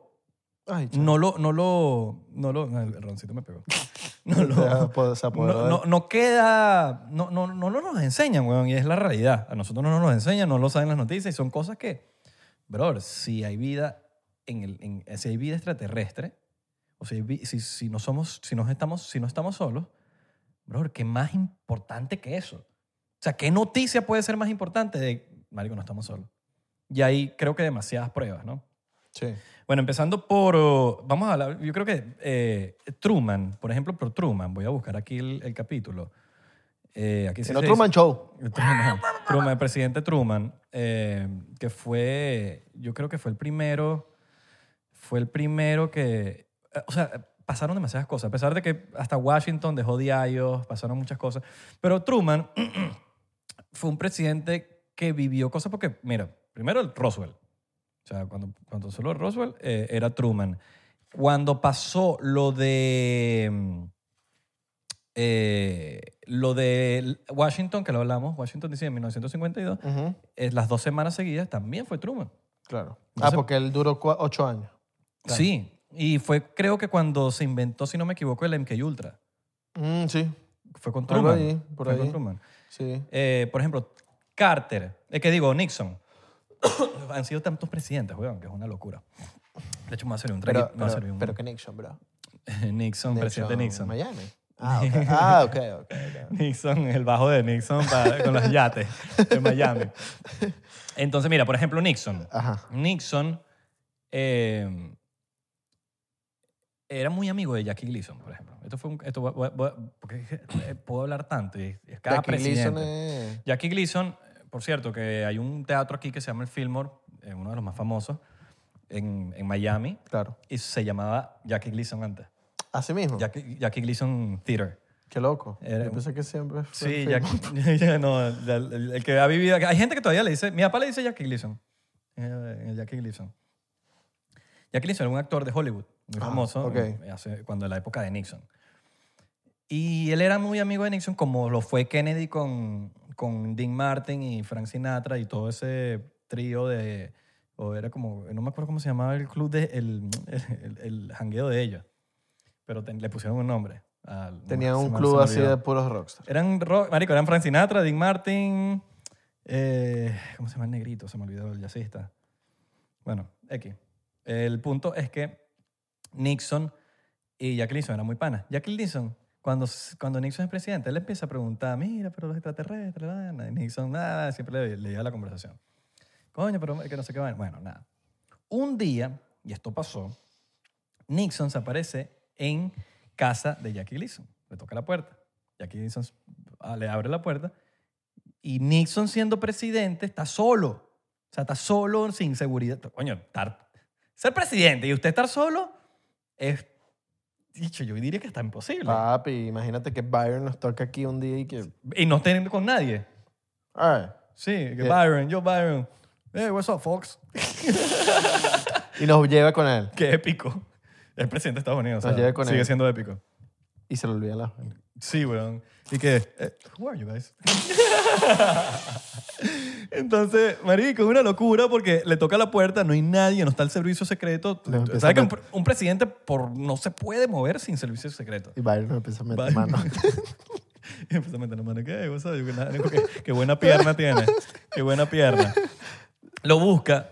Ay, chamo.
no lo no lo no lo no, el roncito me pegó. No
Se
lo
apo- se apoderó
no,
de-
no- no queda, no, no, no lo nos enseñan, weón, y es la realidad. A nosotros no nos enseñan, no lo saben las noticias y son cosas que, bro, si hay vida, en el, en- si hay vida extraterrestre, o si, hay vi- si, si no somos, si, nos estamos, si no estamos solos, bro, ¿qué más importante que eso? O sea, ¿qué noticia puede ser más importante de, marico, no estamos solos? Y ahí creo que demasiadas pruebas, ¿no?
Sí.
Bueno, empezando por, oh, vamos a hablar, yo creo que eh, Truman, por ejemplo, por Truman, voy a buscar aquí el, el capítulo. Eh, aquí sí
En
se
otro Man Show.
dice- Truman, Truman, el presidente Truman, eh, que fue, yo creo que fue el primero, fue el primero que, eh, o sea, pasaron demasiadas cosas, a pesar de que hasta Washington dejó diarios, pasaron muchas cosas, pero Truman fue un presidente que vivió cosas porque, mira, primero el Roswell. O sea, cuando, cuando solo Roswell eh, era Truman. Cuando pasó lo de. mm, eh, lo de Washington, que lo hablamos, Washington dice en 1952,
Ujú,
eh, las dos semanas seguidas también fue Truman.
Claro. Ah,
Entonces-
porque él duró cua- ocho años. Claro.
Sí. Y fue, creo que cuando se inventó, si no me equivoco, el MK Ultra.
Mm, sí,
Fue con
Algo
Truman.
ahí, por
Fue con
ahí.
Truman.
sí.
Eh, por ejemplo, Carter, es que digo, Nixon. Han sido tantos presidentes, weón, que es una locura. De hecho, me va a servir un
Pero,
traguito. me va a
pero,
servir un-
pero que Nixon, bro.
Nixon, presidente Nixon.
Miami. Ah, ok. Ah, ok, ok, ok.
Nixon, el bajo de Nixon para- con los yates de Miami. Entonces, mira, por ejemplo, Nixon.
Ajá.
Nixon eh, era muy amigo de Jackie Gleason, por ejemplo. Esto fue un, esto voy- voy- voy- porque eh, puedo hablar tanto. y es cada
Jackie Gleason
presidente.
es-
Jackie Gleason, por cierto, que hay un teatro aquí que se llama el Fillmore, eh, uno de los más famosos, en, en Miami,
Claro.
y se llamaba Jackie Gleason antes.
Así mismo.
Jackie, Jackie Gleason Theater.
Qué loco.
Era-
Yo pensé que siempre fue
Sí,
el
Jackie. no, el, el- el que ha vivido. Hay gente que todavía le dice. Mi papá le dice Jackie Gleason. eh, el Jackie Gleason. Jackie Gleason era un actor de Hollywood, muy
Ah,
famoso,
ok.
eh, hace- cuando en la época de Nixon. Y él era muy amigo de Nixon, como lo fue Kennedy con, con Dean Martin y Frank Sinatra y todo ese trío de. O era como. No me acuerdo cómo se llamaba el club de. El, el, el jangueo de ellos. Pero ten- le pusieron un nombre. al- no,
Tenía
se
un
me- se
club
me
así
olvidó.
de puros rockstars.
Eran, ro- marico, eran Frank Sinatra, Dean Martin, eh, ¿cómo se llama el negrito? Se me olvidó el jazzista. Bueno, X. El punto es que Nixon y Jack Nixon eran muy panas. Jack Nixon, cuando, s- cuando Nixon es presidente, él empieza a preguntar, mira, pero los extraterrestres, la, la". Y Nixon, nada, siempre le, le lleva la conversación. Coño, pero es que no sé qué van. Bueno, nada. Un día, y esto pasó, Nixon se aparece en casa de Jackie Gleason. Le toca la puerta. Jackie Gleason ah, le abre la puerta. Y Nixon, siendo presidente, está solo. O sea, está solo, sin seguridad. Coño, estar, ser presidente y usted estar solo es. Dicho, yo diría que está imposible.
Papi, imagínate que Byron nos toca aquí un día y que...
Y no estar con nadie.
Ay,
Sí, que
Eh.
Byron, yo Byron. Hey, what's up, Fox?
y nos lleva con él.
Qué épico. El presidente de Estados Unidos. o
Nos
sea,
lleve con
sigue
él.
siendo épico.
Y se lo olvida la...
Sí, weón. Y que, eh, who are you guys? Entonces, marico, es una locura porque le toca la puerta, no hay nadie, no está el servicio secreto.
Le empieza
¿Sabes que
a
un, pre- un presidente por, no se puede mover sin servicio secreto?
Y Byron nos empieza a meter
Byron.
mano.
Y empieza a meter la mano, ¿qué? What's up? Yo, qué, qué buena pierna tiene, qué buena pierna. Lo busca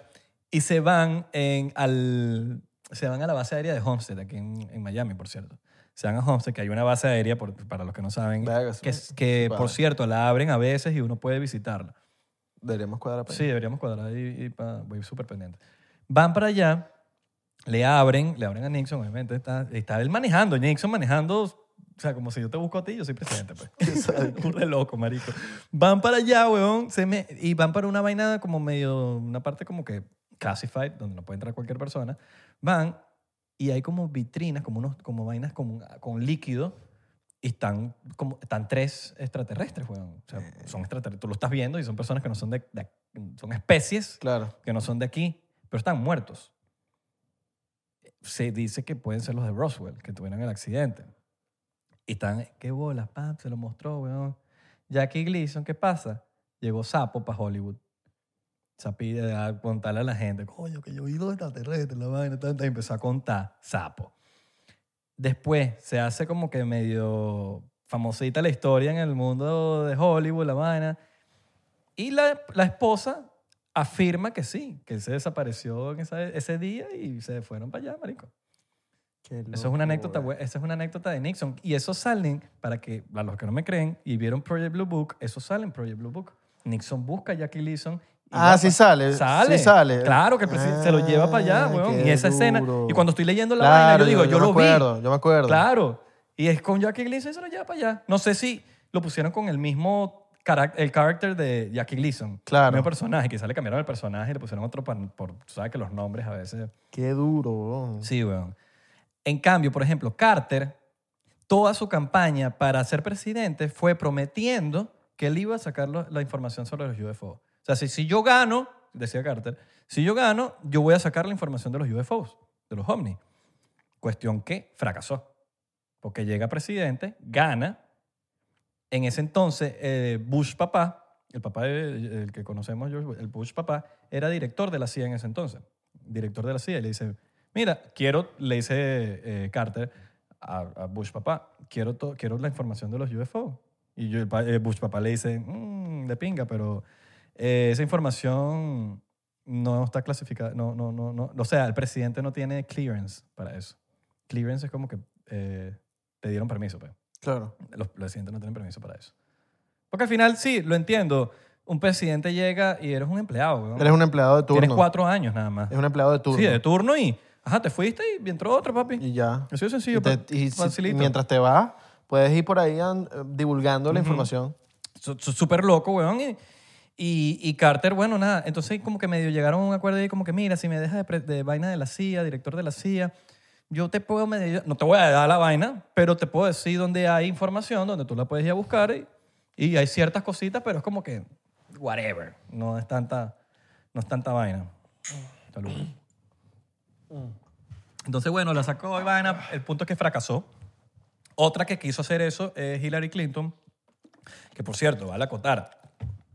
y se van, en, al, se van a la base aérea de Homestead, aquí en, en Miami, por cierto. Se van a Homestead, que hay una base aérea, por- para los que no saben,
Verga,
que,
sí.
que
Vale.
por cierto la abren a veces y uno puede visitarla.
Deberíamos cuadrar para
Sí, deberíamos cuadrar ahí y pa- voy súper pendiente. Van para allá, le abren, le abren a Nixon, obviamente. Está, está él manejando, Nixon manejando, o sea, como si yo te busco a ti, yo soy presidente, pues. Burda de loco, marico. Van para allá, weón, se me, y van para una vaina como medio, una parte como que classified, donde no puede entrar cualquier persona. Van y hay como vitrinas, como, unos, como vainas con, con líquido. Y están, como, están tres extraterrestres, weón. O sea, son extraterrestres. Tú lo estás viendo y son personas que no son de- de son especies
Claro.
que no son de aquí, pero están muertos. se dice que pueden ser los de Roswell, que tuvieron el accidente. Y están, qué bolas, pam, se lo mostró, weón. Jackie Gleason, ¿qué pasa? Llegó sapo para Hollywood. Sapi a contarle a la gente, coño, que yo vi dos extraterrestres, la vaina, tanta, y empezó a contar sapo. Después se hace como que medio famosita la historia en el mundo de Hollywood, la vaina. Y la, la esposa afirma que sí, que él se desapareció en esa- ese día y se fueron para allá, marico. Eso es una anécdota, bue- esa es una anécdota de Nixon. Y eso salen, para que, a los que no me creen y vieron Project Blue Book, eso sale en Project Blue Book. Nixon busca a Jackie Leeson. y
Ah,
va
sí
pa-
sale, sí
Sale.
sale.
Claro que el presidente se lo lleva para allá,
Ah,
weón.
qué
Y esa escena.
duro.
Y cuando estoy leyendo la vaina,
Claro,
yo digo, yo,
me
lo
acuerdo,
vi.
Yo me acuerdo.
Claro. Y es con Jackie Gleason y se lo lleva para allá. No sé si lo pusieron con el mismo carac- el carácter de Jackie Gleason.
Claro.
El mismo personaje. Quizá le cambiaron el personaje y le pusieron otro pan- por, tú sabes que los nombres a veces.
Qué duro, weón.
Sí, weón. En cambio, por ejemplo, Carter, toda su campaña para ser presidente fue prometiendo que él iba a sacar lo- la información sobre los UFOs. O sea, si, si yo gano, decía Carter, si yo gano, yo voy a sacar la información de los UFOs, de los ovnis. Cuestión que fracasó. Porque llega presidente, gana. En ese entonces, eh, Bush papá, el papá de- el que conocemos, George Bush, el Bush papá, era director de la CIA en ese entonces. Director de la CIA. Y le dice, mira, quiero, le dice eh, Carter a, a Bush papá, quiero, to- quiero la información de los UFO. Y yo- el pa- eh, Bush papá le dice, "Mm, de pinga, pero eh, esa información no está clasificada. No, no, no, no. O sea, el presidente no tiene clearance para eso. Clearance es como que eh, te dieron permiso, pues.
Claro.
Los presidentes no tienen permiso para eso. Porque al final, sí, lo entiendo. Un presidente llega y eres un empleado, weón.
Eres un empleado de turno.
Tienes cuatro años nada más.
Es un empleado de turno.
Sí, de turno y... Ajá, te fuiste y entró otro, papi.
Y ya.
Así de sencillo,
Y, te-
pa-
y si-
facilito.
mientras te vas, puedes ir por ahí an- divulgando la información.
Su- su- Súper loco, weón. Y, y, y Carter, bueno, nada. Entonces, como que medio llegaron a un acuerdo y como que, mira, si me dejas de, pre- de vaina de la CIA, director de la CIA, yo te puedo medio- No te voy a dar la vaina, pero te puedo decir dónde hay información, donde tú la puedes ir a buscar y, y hay ciertas cositas, pero es como que, whatever. No es tanta, no es tanta vaina. Salud. Entonces, bueno, la sacó y vaina. El punto es que fracasó. Otra que quiso hacer eso es Hillary Clinton, que por cierto, vale acotar,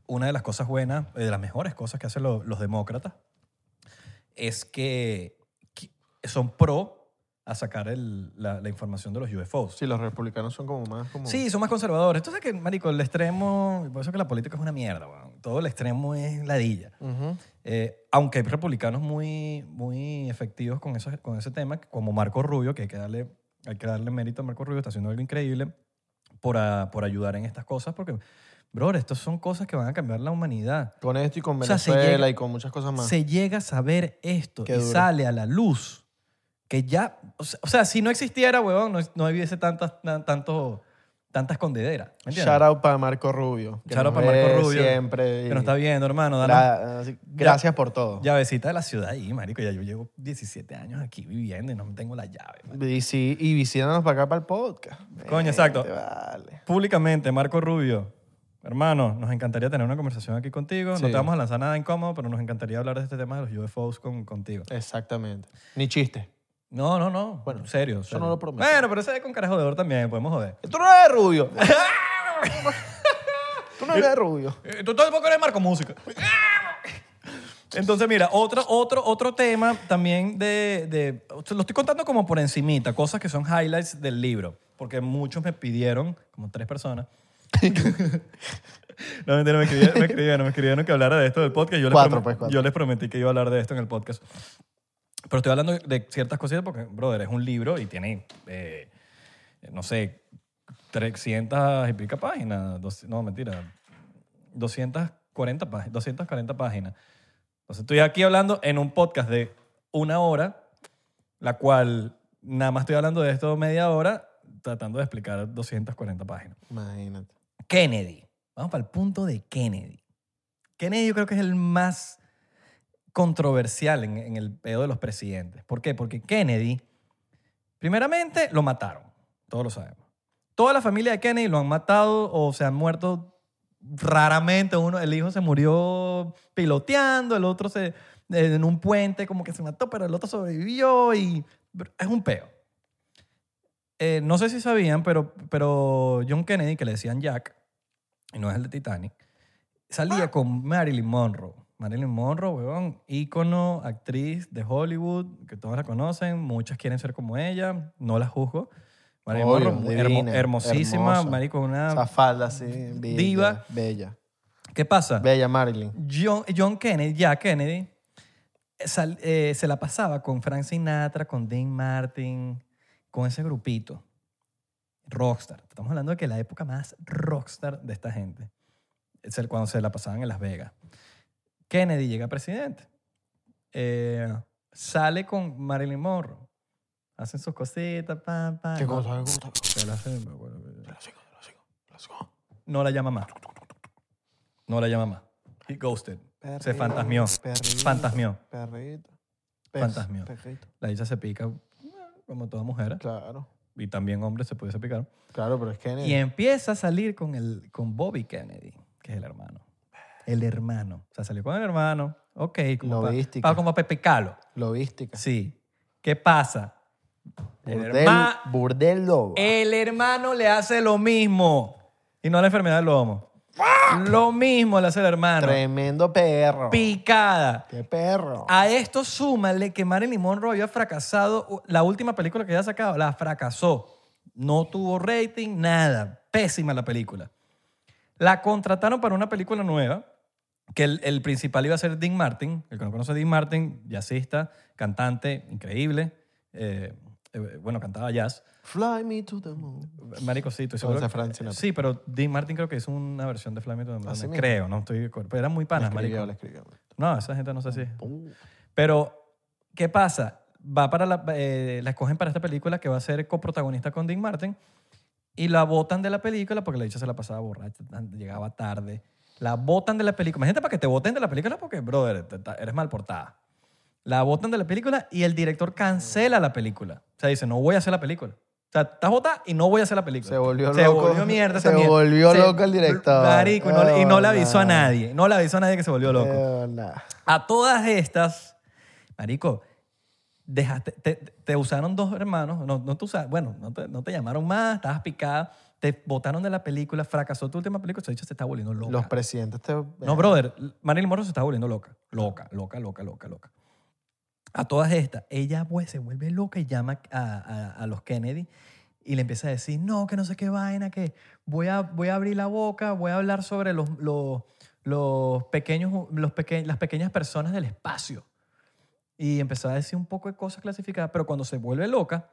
una de las cosas buenas, eh, de las mejores cosas que hacen lo- los demócratas, es que qui- son pro a sacar el- la, la información de los UFOs.
Sí, los republicanos son como más como...
Sí, son más conservadores. Entonces, que, marico, el extremo, por eso que la política es una mierda, weón. todo el extremo es ladilla.
Ujú.
Eh, aunque hay republicanos muy, muy efectivos con, eso, con ese tema, como Marco Rubio, que hay que darle, hay que darle mérito a Marco Rubio, está haciendo algo increíble por, a- por ayudar en estas cosas, porque, brother, estas son cosas que van a cambiar la humanidad.
Con esto y con
O sea, se
Venezuela
llega-
y con muchas cosas más.
Se llega a saber esto
Qué
y
duro.
sale a la luz que ya, o sea, o sea, si no existiera, huevón, no, no hubiese tantas, tan- tanto, tantas escondideras. ¿me entiendes?
Shout out para Marco Rubio. que
Shout out
nos
para Marco
ve
Rubio,
Siempre. y
Que nos está viendo, hermano. danos-
gra- así- gracias por todo.
Llavecita de la ciudad ahí, marico. Ya yo llevo 17 años aquí viviendo y no tengo la llave. man.
Y, sí, y visítanos para acá para el podcast.
Coño, exacto.
Vente, Vale.
Públicamente, Marco Rubio, hermano, nos encantaría tener una conversación aquí contigo. No
Sí.
te vamos a lanzar nada incómodo, pero nos encantaría hablar de este tema de los UFOs con, contigo.
Exactamente. Ni chiste.
No, no, no. Bueno, serio. Yo
no lo prometo.
Bueno, pero ese es con cara jodedor también, podemos joder.
Tú no eres rubio. Tú no eres rubio.
Eh, Tú tampoco eres Marco Música. Entonces, mira, otro, otro, otro tema también de, de- Lo estoy contando como por encimita, cosas que son highlights del libro, porque muchos me pidieron, como tres personas... no, mentira, me escribieron, me escribieron, me escribieron que hablara de esto del podcast. Yo les
Cuatro,
promet-
pues, cuatro.
Yo les prometí que iba a hablar de esto en el podcast. Pero estoy hablando de ciertas cositas porque, brother, es un libro y tiene, eh, no sé, 300 y pica páginas. dos- no, mentira, 240 páginas, 240 páginas. Entonces estoy aquí hablando en un podcast de una hora, la cual nada más estoy hablando de esto media hora, tratando de explicar 240 páginas.
Imagínate.
Kennedy. Vamos para el punto de Kennedy. Kennedy yo creo que es el más controversial en, en el pedo de los presidentes. ¿Por qué? Porque Kennedy, primeramente, lo mataron. Todos lo sabemos. Toda la familia de Kennedy lo han matado o se han muerto raramente. Uno, el hijo se murió piloteando, el otro se en un puente, como que se mató, pero el otro sobrevivió y br- es un peo. Eh, no sé si sabían, pero, pero John Kennedy, que le decían Jack, y no es el de Titanic, salía con Marilyn Monroe. Marilyn Monroe, weón, ícono, actriz de Hollywood, que todos la conocen, muchas quieren ser como ella, no la juzgo. Marilyn
Obvio,
Monroe,
divina,
hermo- hermosísima,
hermosa.
marico, una...
Esa falda así, bella,
Ah. Diva.
Bella.
¿Qué pasa?
Bella Marilyn.
John, John Kennedy, ya Kennedy, sal- eh, se la pasaba con Frank Sinatra, con Dean Martin, con ese grupito. Rockstar. Estamos hablando de que la época más rockstar de esta gente. Es el cuando se la pasaban en Las Vegas. Kennedy llega presidente. Eh, sale con Marilyn Monroe. Hacen sus cositas, pam, pam.
¿Qué cosa?
Se la hacen, me acuerdo. No la llama más. No la llama más. He ghosted. Se fantasmió. Fantasmió.
Perrito.
Fantasmió. La hija se pica, eh, como toda mujer,
Claro.
y también hombres se pudiese picar.
Claro, pero es Kennedy.
Y empieza a salir con, el, con Bobby Kennedy, que es el hermano. El hermano. O sea, salió con el hermano. Ok, como para
Lobística.
como Pepe Calo.
Lobística.
Sí. ¿Qué pasa? El,
Burdel,
herma-
burdel lobo.
el hermano le hace lo mismo. Y no la enfermedad del lomo. Lo mismo le hace el hermano.
Tremendo perro.
Picada.
Qué perro.
A esto súmale que Marilyn Monroe había fracasado. u- La última película que había sacado, la fracasó. No tuvo rating, nada. Pésima la película. La contrataron para una película nueva, que el, el principal iba a ser Dean Martin. El que no conoce a Dean Martin, jazzista, cantante, increíble. eh, eh, bueno, cantaba jazz.
Fly me to the moon.
Marico, sí,
Con
estoy seguro
esa
que-
Frank Sinatra.
Sí, pero Dean Martin creo que hizo una versión de Flaming to the Moon,
Así mismo.
Creo, no estoy de acuerdo. Pero eran muy panas,
Le escribió,
marico.
le escribió.
No, esa gente no sé si es-
Uh,
pero, ¿qué pasa? Va para la, eh, la escogen para esta película que va a ser coprotagonista con Dean Martin y la botan de la película porque la dicha se la pasaba borracha, tan- llegaba tarde. La botan de la película. Imagínate para que te boten de la película porque, brother, te- ta- eres mal portada. La botan de la película y el director cancela la película. O sea, dice, no voy a hacer la película. O sea, estás botada y no voy a hacer la película.
Se volvió loco.
Se volvió mierda. esa
Se
mierda.
volvió loco el director.
Marico, y no, le- y no le avisó a
Hola.
nadie. No le avisó a nadie que se volvió loco.
eh, nah.
A todas estas, Marico, dejaste, te, te usaron dos hermanos, no, no te usaron, bueno, no te, no te llamaron más, estabas picada, te botaron de la película, fracasó tu última película, se ha dicho, se está volviendo loca.
Los presidentes te...
No, brother, Marilyn Monroe se está volviendo loca. Loca, loca, loca, loca, loca. A todas estas, ella pues, se vuelve loca y llama a, a- a los Kennedy y le empieza a decir, no, que no sé qué vaina, que voy a, voy a abrir la boca, voy a hablar sobre los, los, los pequeños, los peque- las pequeñas personas del espacio. Y empezó a decir un poco de cosas clasificadas, pero cuando se vuelve loca,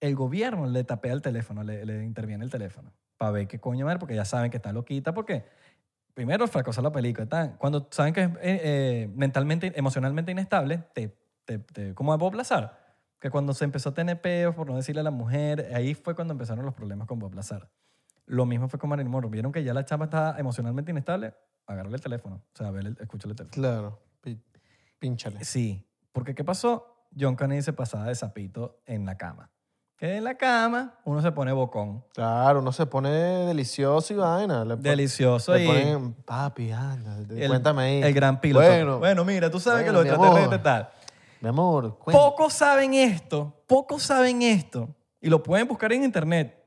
el gobierno le tapea el teléfono, le, le interviene el teléfono para ver qué coño madre, porque ya saben que está loquita, porque primero fracasó la película. tal. Cuando saben que es eh, eh, mentalmente, emocionalmente inestable, te, te, te- como a Bob Lazar, que cuando se empezó a tener peos por no decirle a la mujer, ahí fue cuando empezaron los problemas con Bob Lazar. Lo mismo fue con Marilyn Monroe. Vieron que ya la chama estaba emocionalmente inestable, agarrarle el teléfono, o sea, verle- escúchale el teléfono.
Claro. Pi- Pínchale.
Sí, porque ¿qué pasó? John Kennedy se pasaba de sapito en la cama. Que en la cama uno se pone bocón.
Claro, uno se pone delicioso y vaina. Le, pon-
Delicioso
le
y
ponen, papi, anda,
el,
cuéntame ahí.
el gran piloto.
Bueno,
mira, tú sabes
bueno,
que
mi
los extraterrestres
amor.
tal.
mi amor, cuéntame.
Pocos saben esto, pocos saben esto, y lo pueden buscar en internet,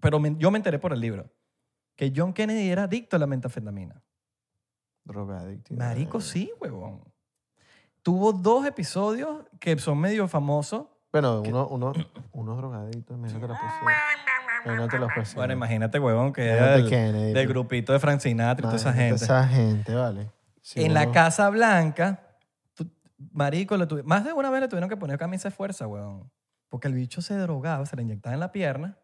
pero me- yo me enteré por el libro, que John Kennedy era adicto a la metafetamina.
Drogadicto.
Marico, sí, huevón. Tuvo dos episodios que son medio famosos.
Bueno, uno, uno, unos drogadictos, imagínate la presión. Imagínate la presión.
Bueno, imagínate, huevón, que era
Imagínate
del,
Kennedy,
del
pues.
grupito de Frank Sinatra y toda esa
Imagínate
gente.
Esa gente, vale. Sí,
en la
uno-
Casa Blanca, tú- marico, le tuvi- más de una vez le tuvieron que poner camisa de fuerza, weón. Porque el bicho se drogaba, se le inyectaba en la pierna.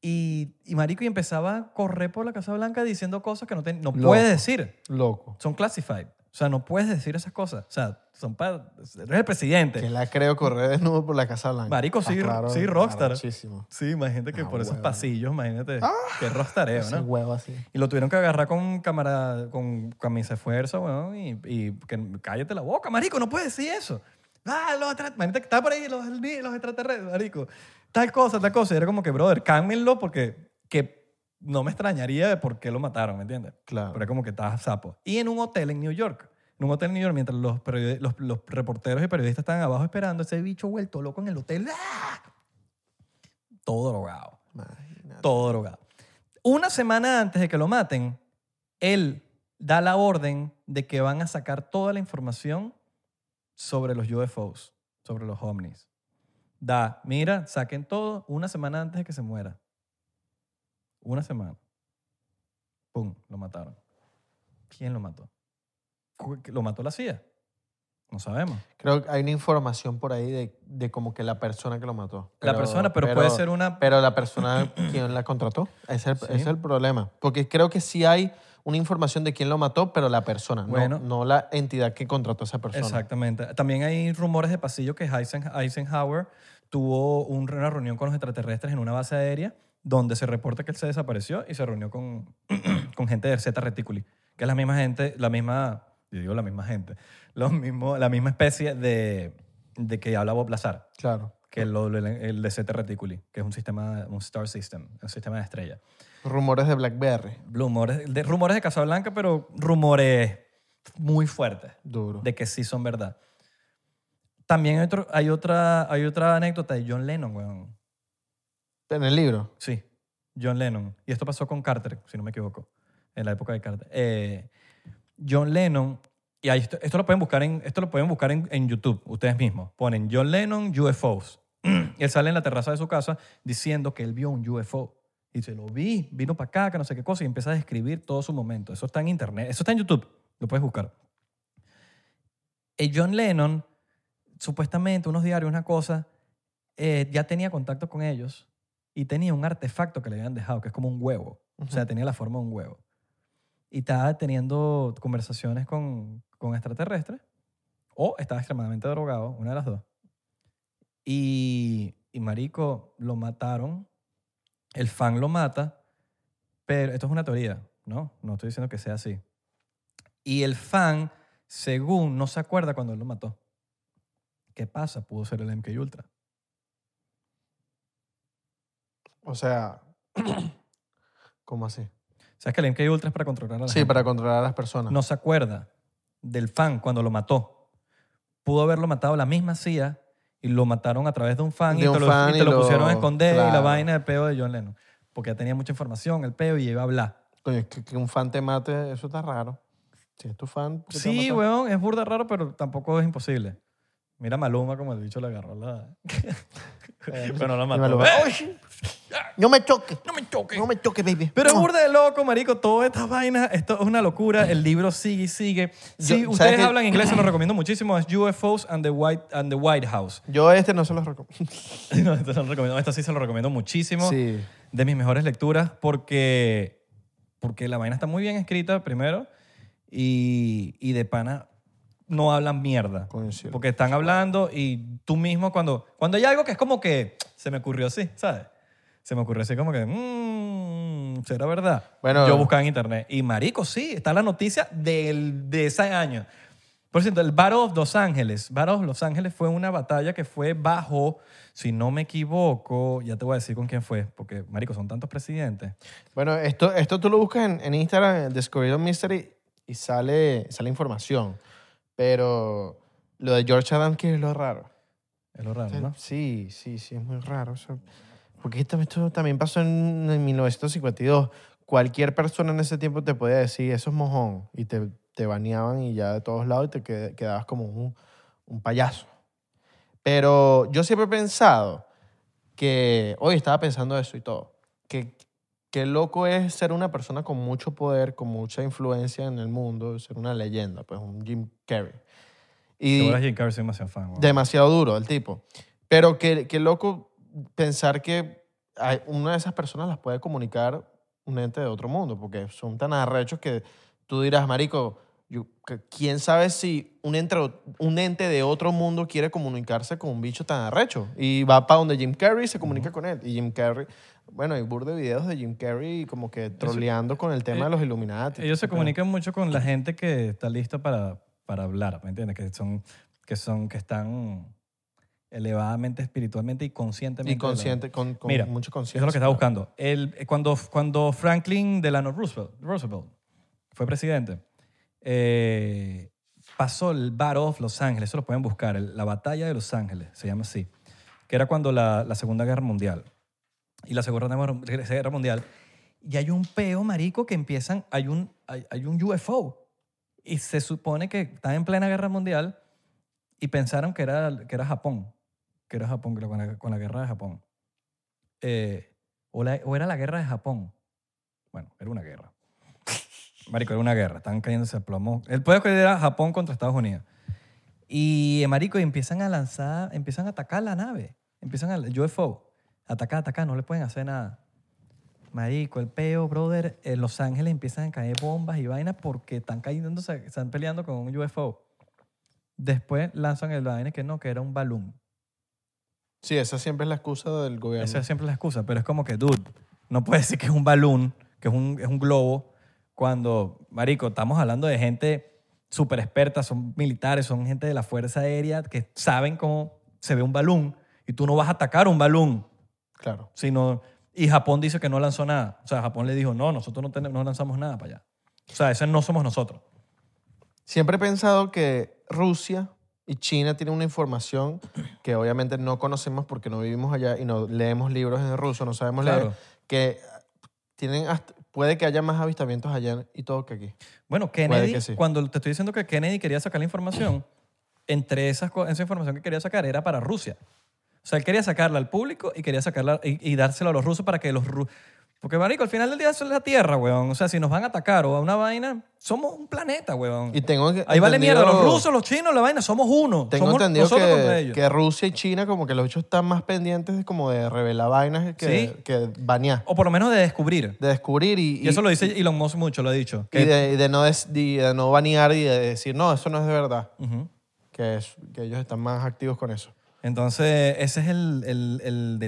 Y, y marico, y empezaba a correr por la Casa Blanca diciendo cosas que no, te- no
Loco.
puede decir.
Loco.
Son classified. O sea, no puedes decir esas cosas. O sea, son para... Eres el presidente.
Que la creo correr desnudo por la Casa Blanca.
Marico, sí, sí, rockstar.
Muchísimo.
Sí, imagínate que
Ah,
por esos
huevón.
pasillos, imagínate. Qué rostareo,
Ese
¿no?
huevo así.
Y lo tuvieron que agarrar con cámara, con camisa de fuerza, weón, y, y que cállate la boca, marico, no puedes decir eso. Ah, los extra- imagínate que está por ahí los, los extraterrestres, marico. Tal cosa, tal cosa. Y era como que, brother, cálmenlo porque que no me extrañaría de por qué lo mataron, ¿me entiendes?
Claro.
Pero es como que estás sapo. Y en un hotel en New York, en un hotel en New York mientras los, periodi- los, los reporteros y periodistas estaban abajo esperando. Ese bicho vuelto loco en el hotel. ¡Ah! Todo drogado.
Imagínate.
Todo drogado. Una semana antes de que lo maten, él da la orden de que van a sacar toda la información sobre los UFOs, sobre los ovnis. Da, mira, saquen todo una semana antes de que se muera. Una semana. Pum, lo mataron. ¿Quién lo mató? Cu- ¿Lo mató la CIA? No sabemos.
Creo que hay una información por ahí de, de como que la persona que lo mató.
la persona, pero, puede ser una...
Pero la persona, ¿quién la contrató? Ese es, el-
Sí.
ese es el problema. Porque creo que sí hay una información de quién lo mató, pero la persona, no-
Bueno.
no, la entidad que contrató a esa persona.
Exactamente. También hay rumores de pasillo que Eisen- Eisenhower tuvo un- una reunión con los extraterrestres en una base aérea donde se reporta que él se desapareció y se reunió con, con gente de Zeta Reticuli, que es la misma gente, la misma, yo digo la misma gente, los mismo, la misma especie de, de que habla Bob Lazar,
Claro.
que es lo- el, el de Zeta Reticuli, que es un sistema, un star system, un sistema de estrellas.
Rumores de Blackberry.
Rumores de, rumores de Casablanca, pero rumores muy fuertes
Duro.
de que sí son verdad. También hay, otro- hay, otra, hay otra anécdota de John Lennon, weón.
En el libro.
Sí, John Lennon. Y esto pasó con Carter, si no me equivoco, en la época de Carter. Eh, John Lennon, y ahí esto, esto lo pueden buscar, en, esto lo pueden buscar en, en YouTube, ustedes mismos. Ponen John Lennon UFOs. Y él sale en la terraza de su casa diciendo que él vio un UFO. Y se lo vi, vino para acá, que no sé qué cosa, y empieza a describir todo su momento. Eso está en internet, eso está en YouTube, lo puedes buscar. Eh, John Lennon, supuestamente, unos diarios, una cosa, eh, ya tenía contacto con ellos y tenía un artefacto que le habían dejado, que es como un huevo. O sea,
Ujú.
tenía la forma de un huevo. Y estaba teniendo conversaciones con, con extraterrestres o estaba extremadamente drogado, una de las dos. Y, y Marico lo mataron, el fan lo mata, pero esto es una teoría, ¿no? No estoy diciendo que sea así. Y el fan, según, no se acuerda cuando él lo mató. ¿Qué pasa? Pudo ser el MK Ultra.
O sea, ¿cómo así?
¿Sabes que el MK Ultra es para controlar a la
Sí,
gente?
para controlar a las personas.
no se acuerda del fan cuando lo mató. Pudo haberlo matado la misma CIA y lo mataron a través de un fan, y,
De
te
un
lo,
fan
y
y
te lo
lo-
pusieron a esconder y la
claro.
vaina de peo de John Lennon. Porque ya tenía mucha información, el peo, y iba a hablar.
Coño, es que, que un fan te mate, eso está raro. Si es tu fan, ¿por qué te va a
Sí,
matar?
weón, es burda raro, pero tampoco es imposible. Mira a Maluma como el bicho le agarró la... bueno, la
Y me
mató.
lo va- ¡Ay! No me toques,
Eh, ¡No me choques!
no me toques, baby.
Pero es
No.
burda de loco, marico. Todas estas vainas, esto es una locura. El libro sigue y sigue. Si
Yo-
ustedes
¿sabes qué?
hablan inglés, se los recomiendo muchísimo. Es UFOs and the White, and the White House.
Yo este no se los recomiendo.
No, esto, se lo recomiendo. Esto sí se lo recomiendo muchísimo.
Sí.
De mis mejores lecturas porque, porque la vaina está muy bien escrita, primero, y, y de pana no hablan mierda.
Coño, sí.
Porque están hablando y tú mismo cuando, cuando hay algo que es como que se me ocurrió así, ¿sabes? Se me ocurrió así como que, mmm, ¿será verdad?
Bueno.
Yo buscaba en internet. Y marico, sí, está la noticia del, de ese año. Por cierto, el Battle of Los Ángeles. Battle of Los Ángeles fue una batalla que fue bajo, si no me equivoco, ya te voy a decir con quién fue, porque, marico, son tantos presidentes.
Bueno, esto, esto tú lo buscas en, en Instagram, en Descubrido Mystery, y sale, sale información. Pero lo de George Adams, que es lo raro.
Es lo raro, ¿no?
Sí, sí, sí, es muy raro. o sea, porque esto, esto también pasó en, en 1952. Cualquier persona en ese tiempo te podía decir, eso es mojón, y te, te baneaban y ya de todos lados y te qued- quedabas como un, un payaso. Pero yo siempre he pensado que, hoy estaba pensando eso y todo, que qué loco es ser una persona con mucho poder, con mucha influencia en el mundo, ser una leyenda, pues un Jim Carrey. Y,
Seguro Jim Carrey soy demasiado fan, weón.
demasiado duro el tipo. Pero qué, qué loco pensar que hay- una de esas personas las puede comunicar un ente de otro mundo, porque son tan arrechos que tú dirás, marico, yo- que- quién sabe si un ente, un ente de otro mundo quiere comunicarse con un bicho tan arrecho. Y va para donde Jim Carrey y se comunica con él. Y Jim Carrey, bueno, hay burda de videos de Jim Carrey como que troleando con el tema
eh,
de los Illuminati.
Ellos se comunican mucho con la gente que está lista para, para hablar, ¿me entiendes? Que son, que son, que están elevadamente, espiritualmente y conscientemente.
Y consciente, con, con
Mira,
mucha
Eso es
conciencia.
lo que está buscando. El, eh, cuando, cuando Franklin Delano Roosevelt, Roosevelt fue presidente, eh, pasó el Battle of Los Ángeles, eso lo pueden buscar, el- la Batalla de Los Ángeles, se llama así, que era cuando la, la Segunda Guerra Mundial. Y la Segunda Guerra- Guerra Mundial. Y hay un peo, marico, que empiezan, hay un, hay, hay un UFO. Y se supone que está en plena Guerra Mundial y pensaron que era, que era Japón, que era Japón, que era con la, con la guerra de Japón. Eh, o, la- o era la guerra de Japón. Bueno, era una guerra. Marico, era una guerra. Estaban cayéndose a plomo. El pueblo que era Japón contra Estados Unidos. Y, eh, marico, y empiezan a lanzar, empiezan a atacar la nave. Empiezan a, UFO. Atacar, atacar, no le pueden hacer nada. Marico, el peo, brother, en Los Ángeles empiezan a caer bombas y vainas porque están cayendo, están peleando con un UFO. Después lanzan el vaina que no, que era un balón.
Sí, esa siempre es la excusa del gobierno.
Esa es siempre la excusa, pero es como que, dude, no puedes decir que es un balón, que es un, es un globo, cuando, marico, estamos hablando de gente súper experta, son militares, son gente de la Fuerza Aérea que saben cómo se ve un balón y tú no vas a atacar un balón,
Claro.
sino... Y Japón dice que no lanzó nada. O sea, Japón le dijo, no, nosotros no, tenemos, no lanzamos nada para allá. O sea, esos no somos nosotros.
Siempre he pensado que Rusia y China tienen una información que obviamente no conocemos porque no vivimos allá y no leemos libros en ruso, no sabemos leer,
Claro.
que tienen hasta- puede que haya más avistamientos allá y todo que aquí.
Bueno,
Puede
Kennedy,
que sí.
cuando te estoy diciendo que Kennedy quería sacar la información, entre esas co- esa información que quería sacar era para Rusia. O sea, él quería sacarla al público y quería sacarla y, y dársela a los rusos para que los rusos... Porque, marico, al final del día eso es la Tierra, weón. O sea, si nos van a atacar o a una vaina, somos un planeta, weón.
Y tengo que-
Ahí vale
entendido-
mierda. Los rusos, los chinos, la vaina, somos uno.
Tengo
somos
entendido
nosotros contra
que,
ellos.
que Rusia y China como que los hechos están más pendientes de como de revelar vainas que,
Sí.
que banear,
O por lo menos de descubrir.
de descubrir y,
Y, eso lo dice Elon Musk mucho, lo ha dicho.
y
que-
de, y de no des- y de no banear y de decir, no, eso no es de verdad,
Ujú.
que, es- que ellos están más activos con eso.
Entonces, ese es el, el- el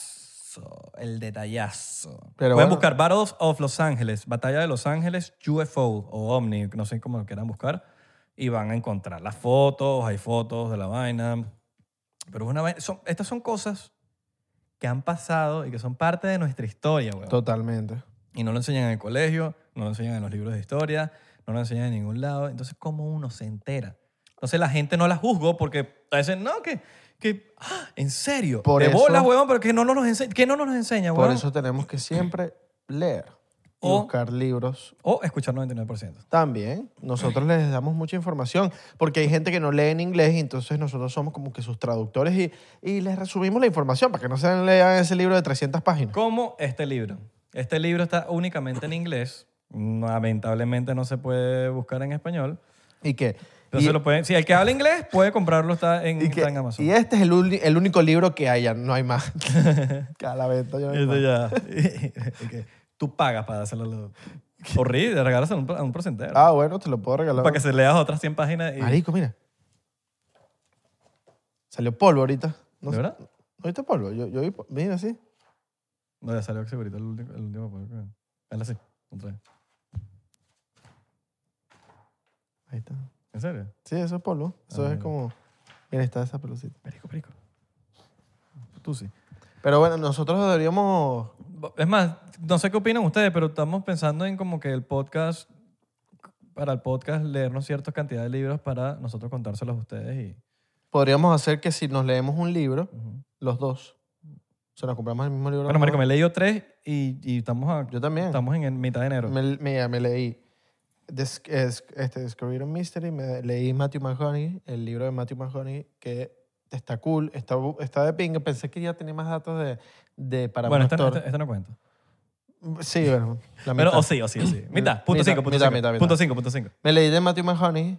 detallazo. El detallazo.
Pero
Pueden
bueno.
buscar Battles of Los Ángeles, Batalla de Los Ángeles, UFO o Omni, no sé cómo lo quieran buscar, y van a encontrar las fotos, hay fotos de la vaina. Pero es una vaina- son- estas son cosas que han pasado y que son parte de nuestra historia, weón.
Totalmente.
Y no lo enseñan en el colegio, no lo enseñan en los libros de historia, no lo enseñan en ningún lado. Entonces, ¿cómo uno se entera? Entonces, la gente no la juzgo porque a veces, no, que, que ah, en serio,
Por
de
eso-
bolas, huevón, pero que no nos enseña, que no nos enseña,
Por
huevón.
eso tenemos que siempre leer y
O-
buscar libros.
O escuchar 99%.
También nosotros les damos mucha información porque hay gente que no lee en inglés y entonces nosotros somos como que sus traductores y, y les resumimos la información para que no se lean ese libro de 300 páginas.
Como este libro. Este libro está únicamente en inglés. Lamentablemente no se puede buscar en español.
Y que, y,
Entonces, lo pueden, si el que habla inglés puede comprarlo, está en,
y que-
está en Amazon.
y este es el, uni- el único libro que hay, ya no hay más. Que a la venta ya no hay
Eso
más.
ya. Y que Tú pagas para hacerlo. lo- Horrible, regalas a un, a un porcentero.
Ah, bueno, te lo puedo regalar.
para que se leas otras 100 páginas. Y,
Marico, mira. Salió polvo ahorita. No
¿De
sé-
verdad?
¿No viste polvo? Yo, yo vi po- Mira, sí.
No, ya salió segurito el último. El último polvo que- Hazlo así. otra vez.
Ahí está.
¿En serio?
Sí, eso es polvo. Eso
Ah,
es
mira.
como. Mira, está esa pelucita.
Perico, perico. Tú sí.
Pero bueno, nosotros deberíamos.
Es más, no sé qué opinan ustedes, pero estamos pensando en como que el podcast, para el podcast, leernos ciertas cantidades de libros para nosotros contárselos a ustedes. Y,
Podríamos hacer que si nos leemos un libro,
Ujú.
los dos, o sea, nos compramos el mismo libro.
Bueno, Marico,
me...
me he leído tres y, y estamos, a-
Yo también.
estamos en, en mitad de enero.
Me, mira, me leí. Des- es- este, Descubrieron Mystery, me leí Matthew McConaughey, el libro de Matthew McConaughey, que está cool, está, bu- está de pinga. Pensé que ya tenía más datos de, de para
bueno,
un
esta,
actor.
esta- esta no cuenta.
Sí, bueno, la
Pero,
mitad.
o sí, o sí, o sí. Mitad, punto
Mitad,
cinco, punto
mitad,
cinco.
mitad, mitad.
Punto cinco, punto cinco.
Me leí de Matthew McConaughey,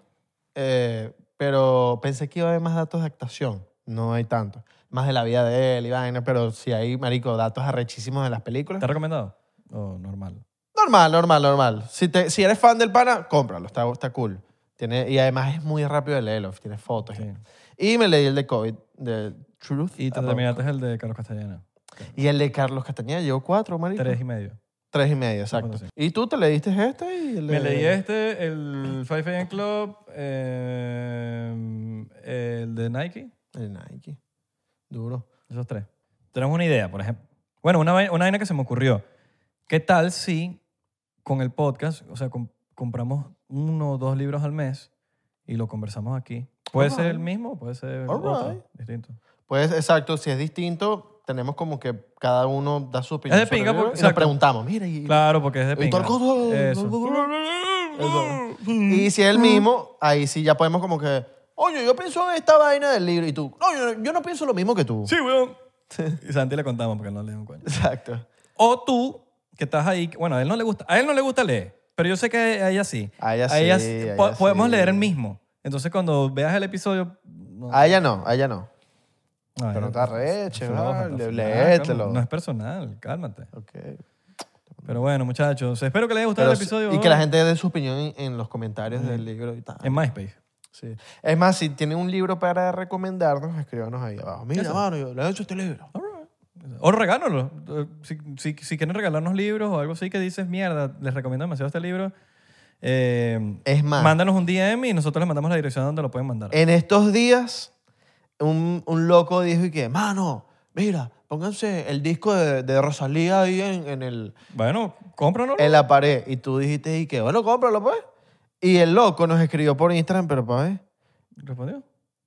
eh, pero pensé que iba a haber más datos de actuación. No hay tanto. Más de la vida de él y vaina, pero sí hay, marico, datos arrechísimos de las películas.
¿Está recomendado? O normal.
Normal, normal, normal. Si, te- si eres fan del pana, cómpralo, está, está cool. Tiene, y además es muy rápido de leerlo, tiene fotos.
Sí.
Y me leí el de COVID, de Truth.
Y te
About-
terminaste el de Carlos Castellana.
y el de Carlos Castañeda, llevo cuatro, marico.
Tres y medio.
Tres y media, exacto.
Bueno, sí.
Y tú te leíste este y el
Me
de-
leí este, el Five Fan Club, eh, el de Nike,
el Nike. Duro.
esos tres. Tenemos una idea, por ejemplo. Bueno, una, vai- una vaina que se me ocurrió. ¿Qué tal si con el podcast, o sea, com- compramos uno o dos libros al mes y lo conversamos aquí. Puede ser el
Alright.
mismo, puede ser
Alright.
otro, distinto.
Pues exacto, si es distinto, tenemos como que cada uno da su opinión.
Es de pinga
sobre
porque-
y nos
exacto.
preguntamos, mira, y,
Claro, porque es de
y
pinga.
todo el costo-
Eso.
Eso. Y si es el mismo, ahí sí ya podemos como que, oye, yo pienso en esta vaina del libro y tú, no, yo, yo no pienso lo mismo que tú.
Sí, weón. Y Santi le contamos porque no le un coño.
Exacto.
O tú, que estás ahí, bueno, a él no le gusta, a él no le gusta leer, pero yo sé que a ella sí.
A ella sí, a
po-
ella
podemos
sí.
leer el mismo. Entonces cuando veas el episodio... no-
A ella no, a ella no.
Ay,
Ah, pero no te arreches,
afloja,
vale,
afloja,
léetelo.
calma, No es personal, cálmate.
Ok.
Pero bueno, muchachos, espero que les haya gustado
Pero
el
sí-
episodio.
y que la gente dé su opinión en, en los comentarios del libro y tal.
En MySpace.
Sí. Es más, si tienen un libro para recomendarnos, escríbanos ahí abajo. Mira,
Eso.
mano, yo le he hecho este libro.
O regálalo. Eh, Si, si, si quieren regalarnos libros o algo así que dices, mierda, les recomiendo demasiado este libro, eh,
Es más,
mándanos un DM y nosotros les mandamos la dirección donde lo pueden mandar.
en estos días, un, un loco dijo y que, mano, mira, pónganse el disco de, de Rosalía ahí en, en el,
Bueno, cómpranos.
en la pared. Y tú dijiste y que, bueno, cómpralo, pues. Y el loco nos escribió por Instagram, pero pa' ver,
¿Respondió?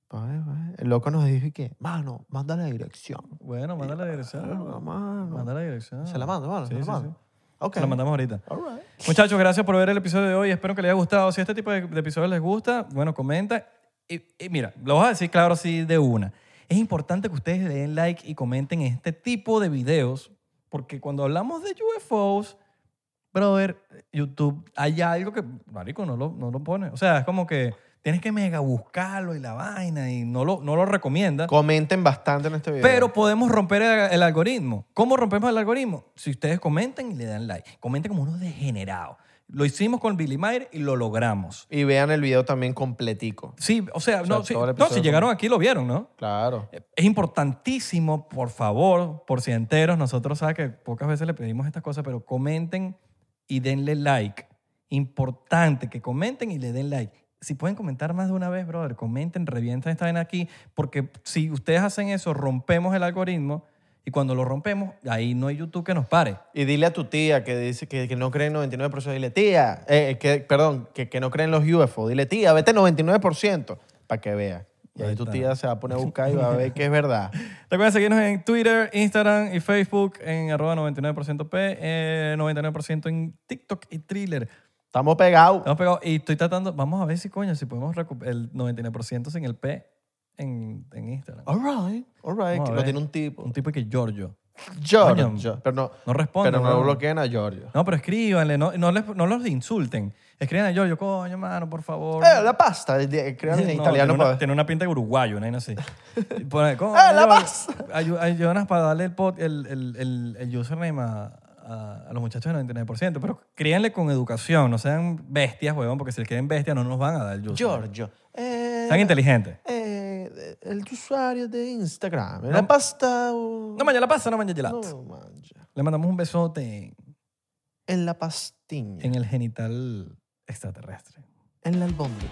pa' ver, pa' ver. El loco nos dijo y que, mano, manda la dirección.
Bueno, manda la
Verga,
dirección.
mano.
Manda la dirección.
eh, Se la mando, mano,
Sí,
se la
sí,
mando.
sí.
Ok.
Se la mandamos ahorita.
All right.
Muchachos, gracias por ver el episodio de hoy. Espero que les haya gustado. Si este tipo de, de episodios les gusta, bueno, comenta. Y, y mira, lo voy a decir claro así de una. Es importante que ustedes le den like y comenten este tipo de videos, porque cuando hablamos de UFOs, brother, YouTube, hay algo que, marico, no lo, no lo pone. O sea, es como que tienes que mega buscarlo y la vaina y no lo, no lo recomienda.
Comenten bastante en este video.
Pero podemos romper el, el algoritmo. ¿Cómo rompemos el algoritmo? Si ustedes comentan y le dan like. Comenten como unos degenerados. Lo hicimos con Billy Mayer y lo logramos.
Y vean el video también completico.
Sí, o sea,
O sea,
no, sí,
todo el
no,
episodio
si llegaron aquí lo vieron, ¿no?
Claro.
Es importantísimo, por favor, por si enteros, nosotros sabes que pocas veces le pedimos estas cosas, pero comenten y denle like. Importante que comenten y le den like. Si pueden comentar más de una vez, brother, comenten, revientan esta vaina aquí, porque si ustedes hacen eso, rompemos el algoritmo y cuando lo rompemos, ahí no hay YouTube que nos pare.
Y dile a tu tía que dice que, que no cree en 99%, dile, tía, eh, que, perdón, que, que no cree en los UFO, dile, tía, vete 99% para que vea. Y ahí
Ahí
tu
está.
tía se va a poner a buscar y va a ver que es verdad.
Recuerden seguirnos en Twitter, Instagram y Facebook en arroba 99% P, eh, 99% en TikTok y Thriller.
Estamos pegados.
Estamos pegados. Y estoy tratando, vamos a ver si coño, si podemos recuperar el 99% sin el P en, en Instagram.
All right, all right.
Vamos a
que Lo
ver.
tiene un tipo.
Un tipo que Giorgio.
George,
Coño.
George, Pero no,
No responde.
pero no
weón.
bloqueen a Giorgio.
No, pero escríbanle, no, no, les- no los insulten. Escriban a Giorgio, coño, mano, por favor.
Eh, la pasta. de- de- Creo en
No,
italiano.
Tiene
para
una, tiene una pinta de uruguayo, una vaina así. Y pone, "Coño,
¡Eh, la
Giorgio,
pasa!
ayu- Ayúdanos para darle el, pod- el, el, el, el username a, a- a los muchachos del 99%. Pero críanle con educación, no sean bestias, huevón, porque si les quieren bestias no nos van a dar el username.
Giorgio. eh,
Sean inteligentes.
eh, el usuario de Instagram.
No.
La pasta. uh,
No manches la pasa, no manches gelato.
no mancha.
Le mandamos un besote
En la pastiña.
en el genital extraterrestre.
En la albóndiga.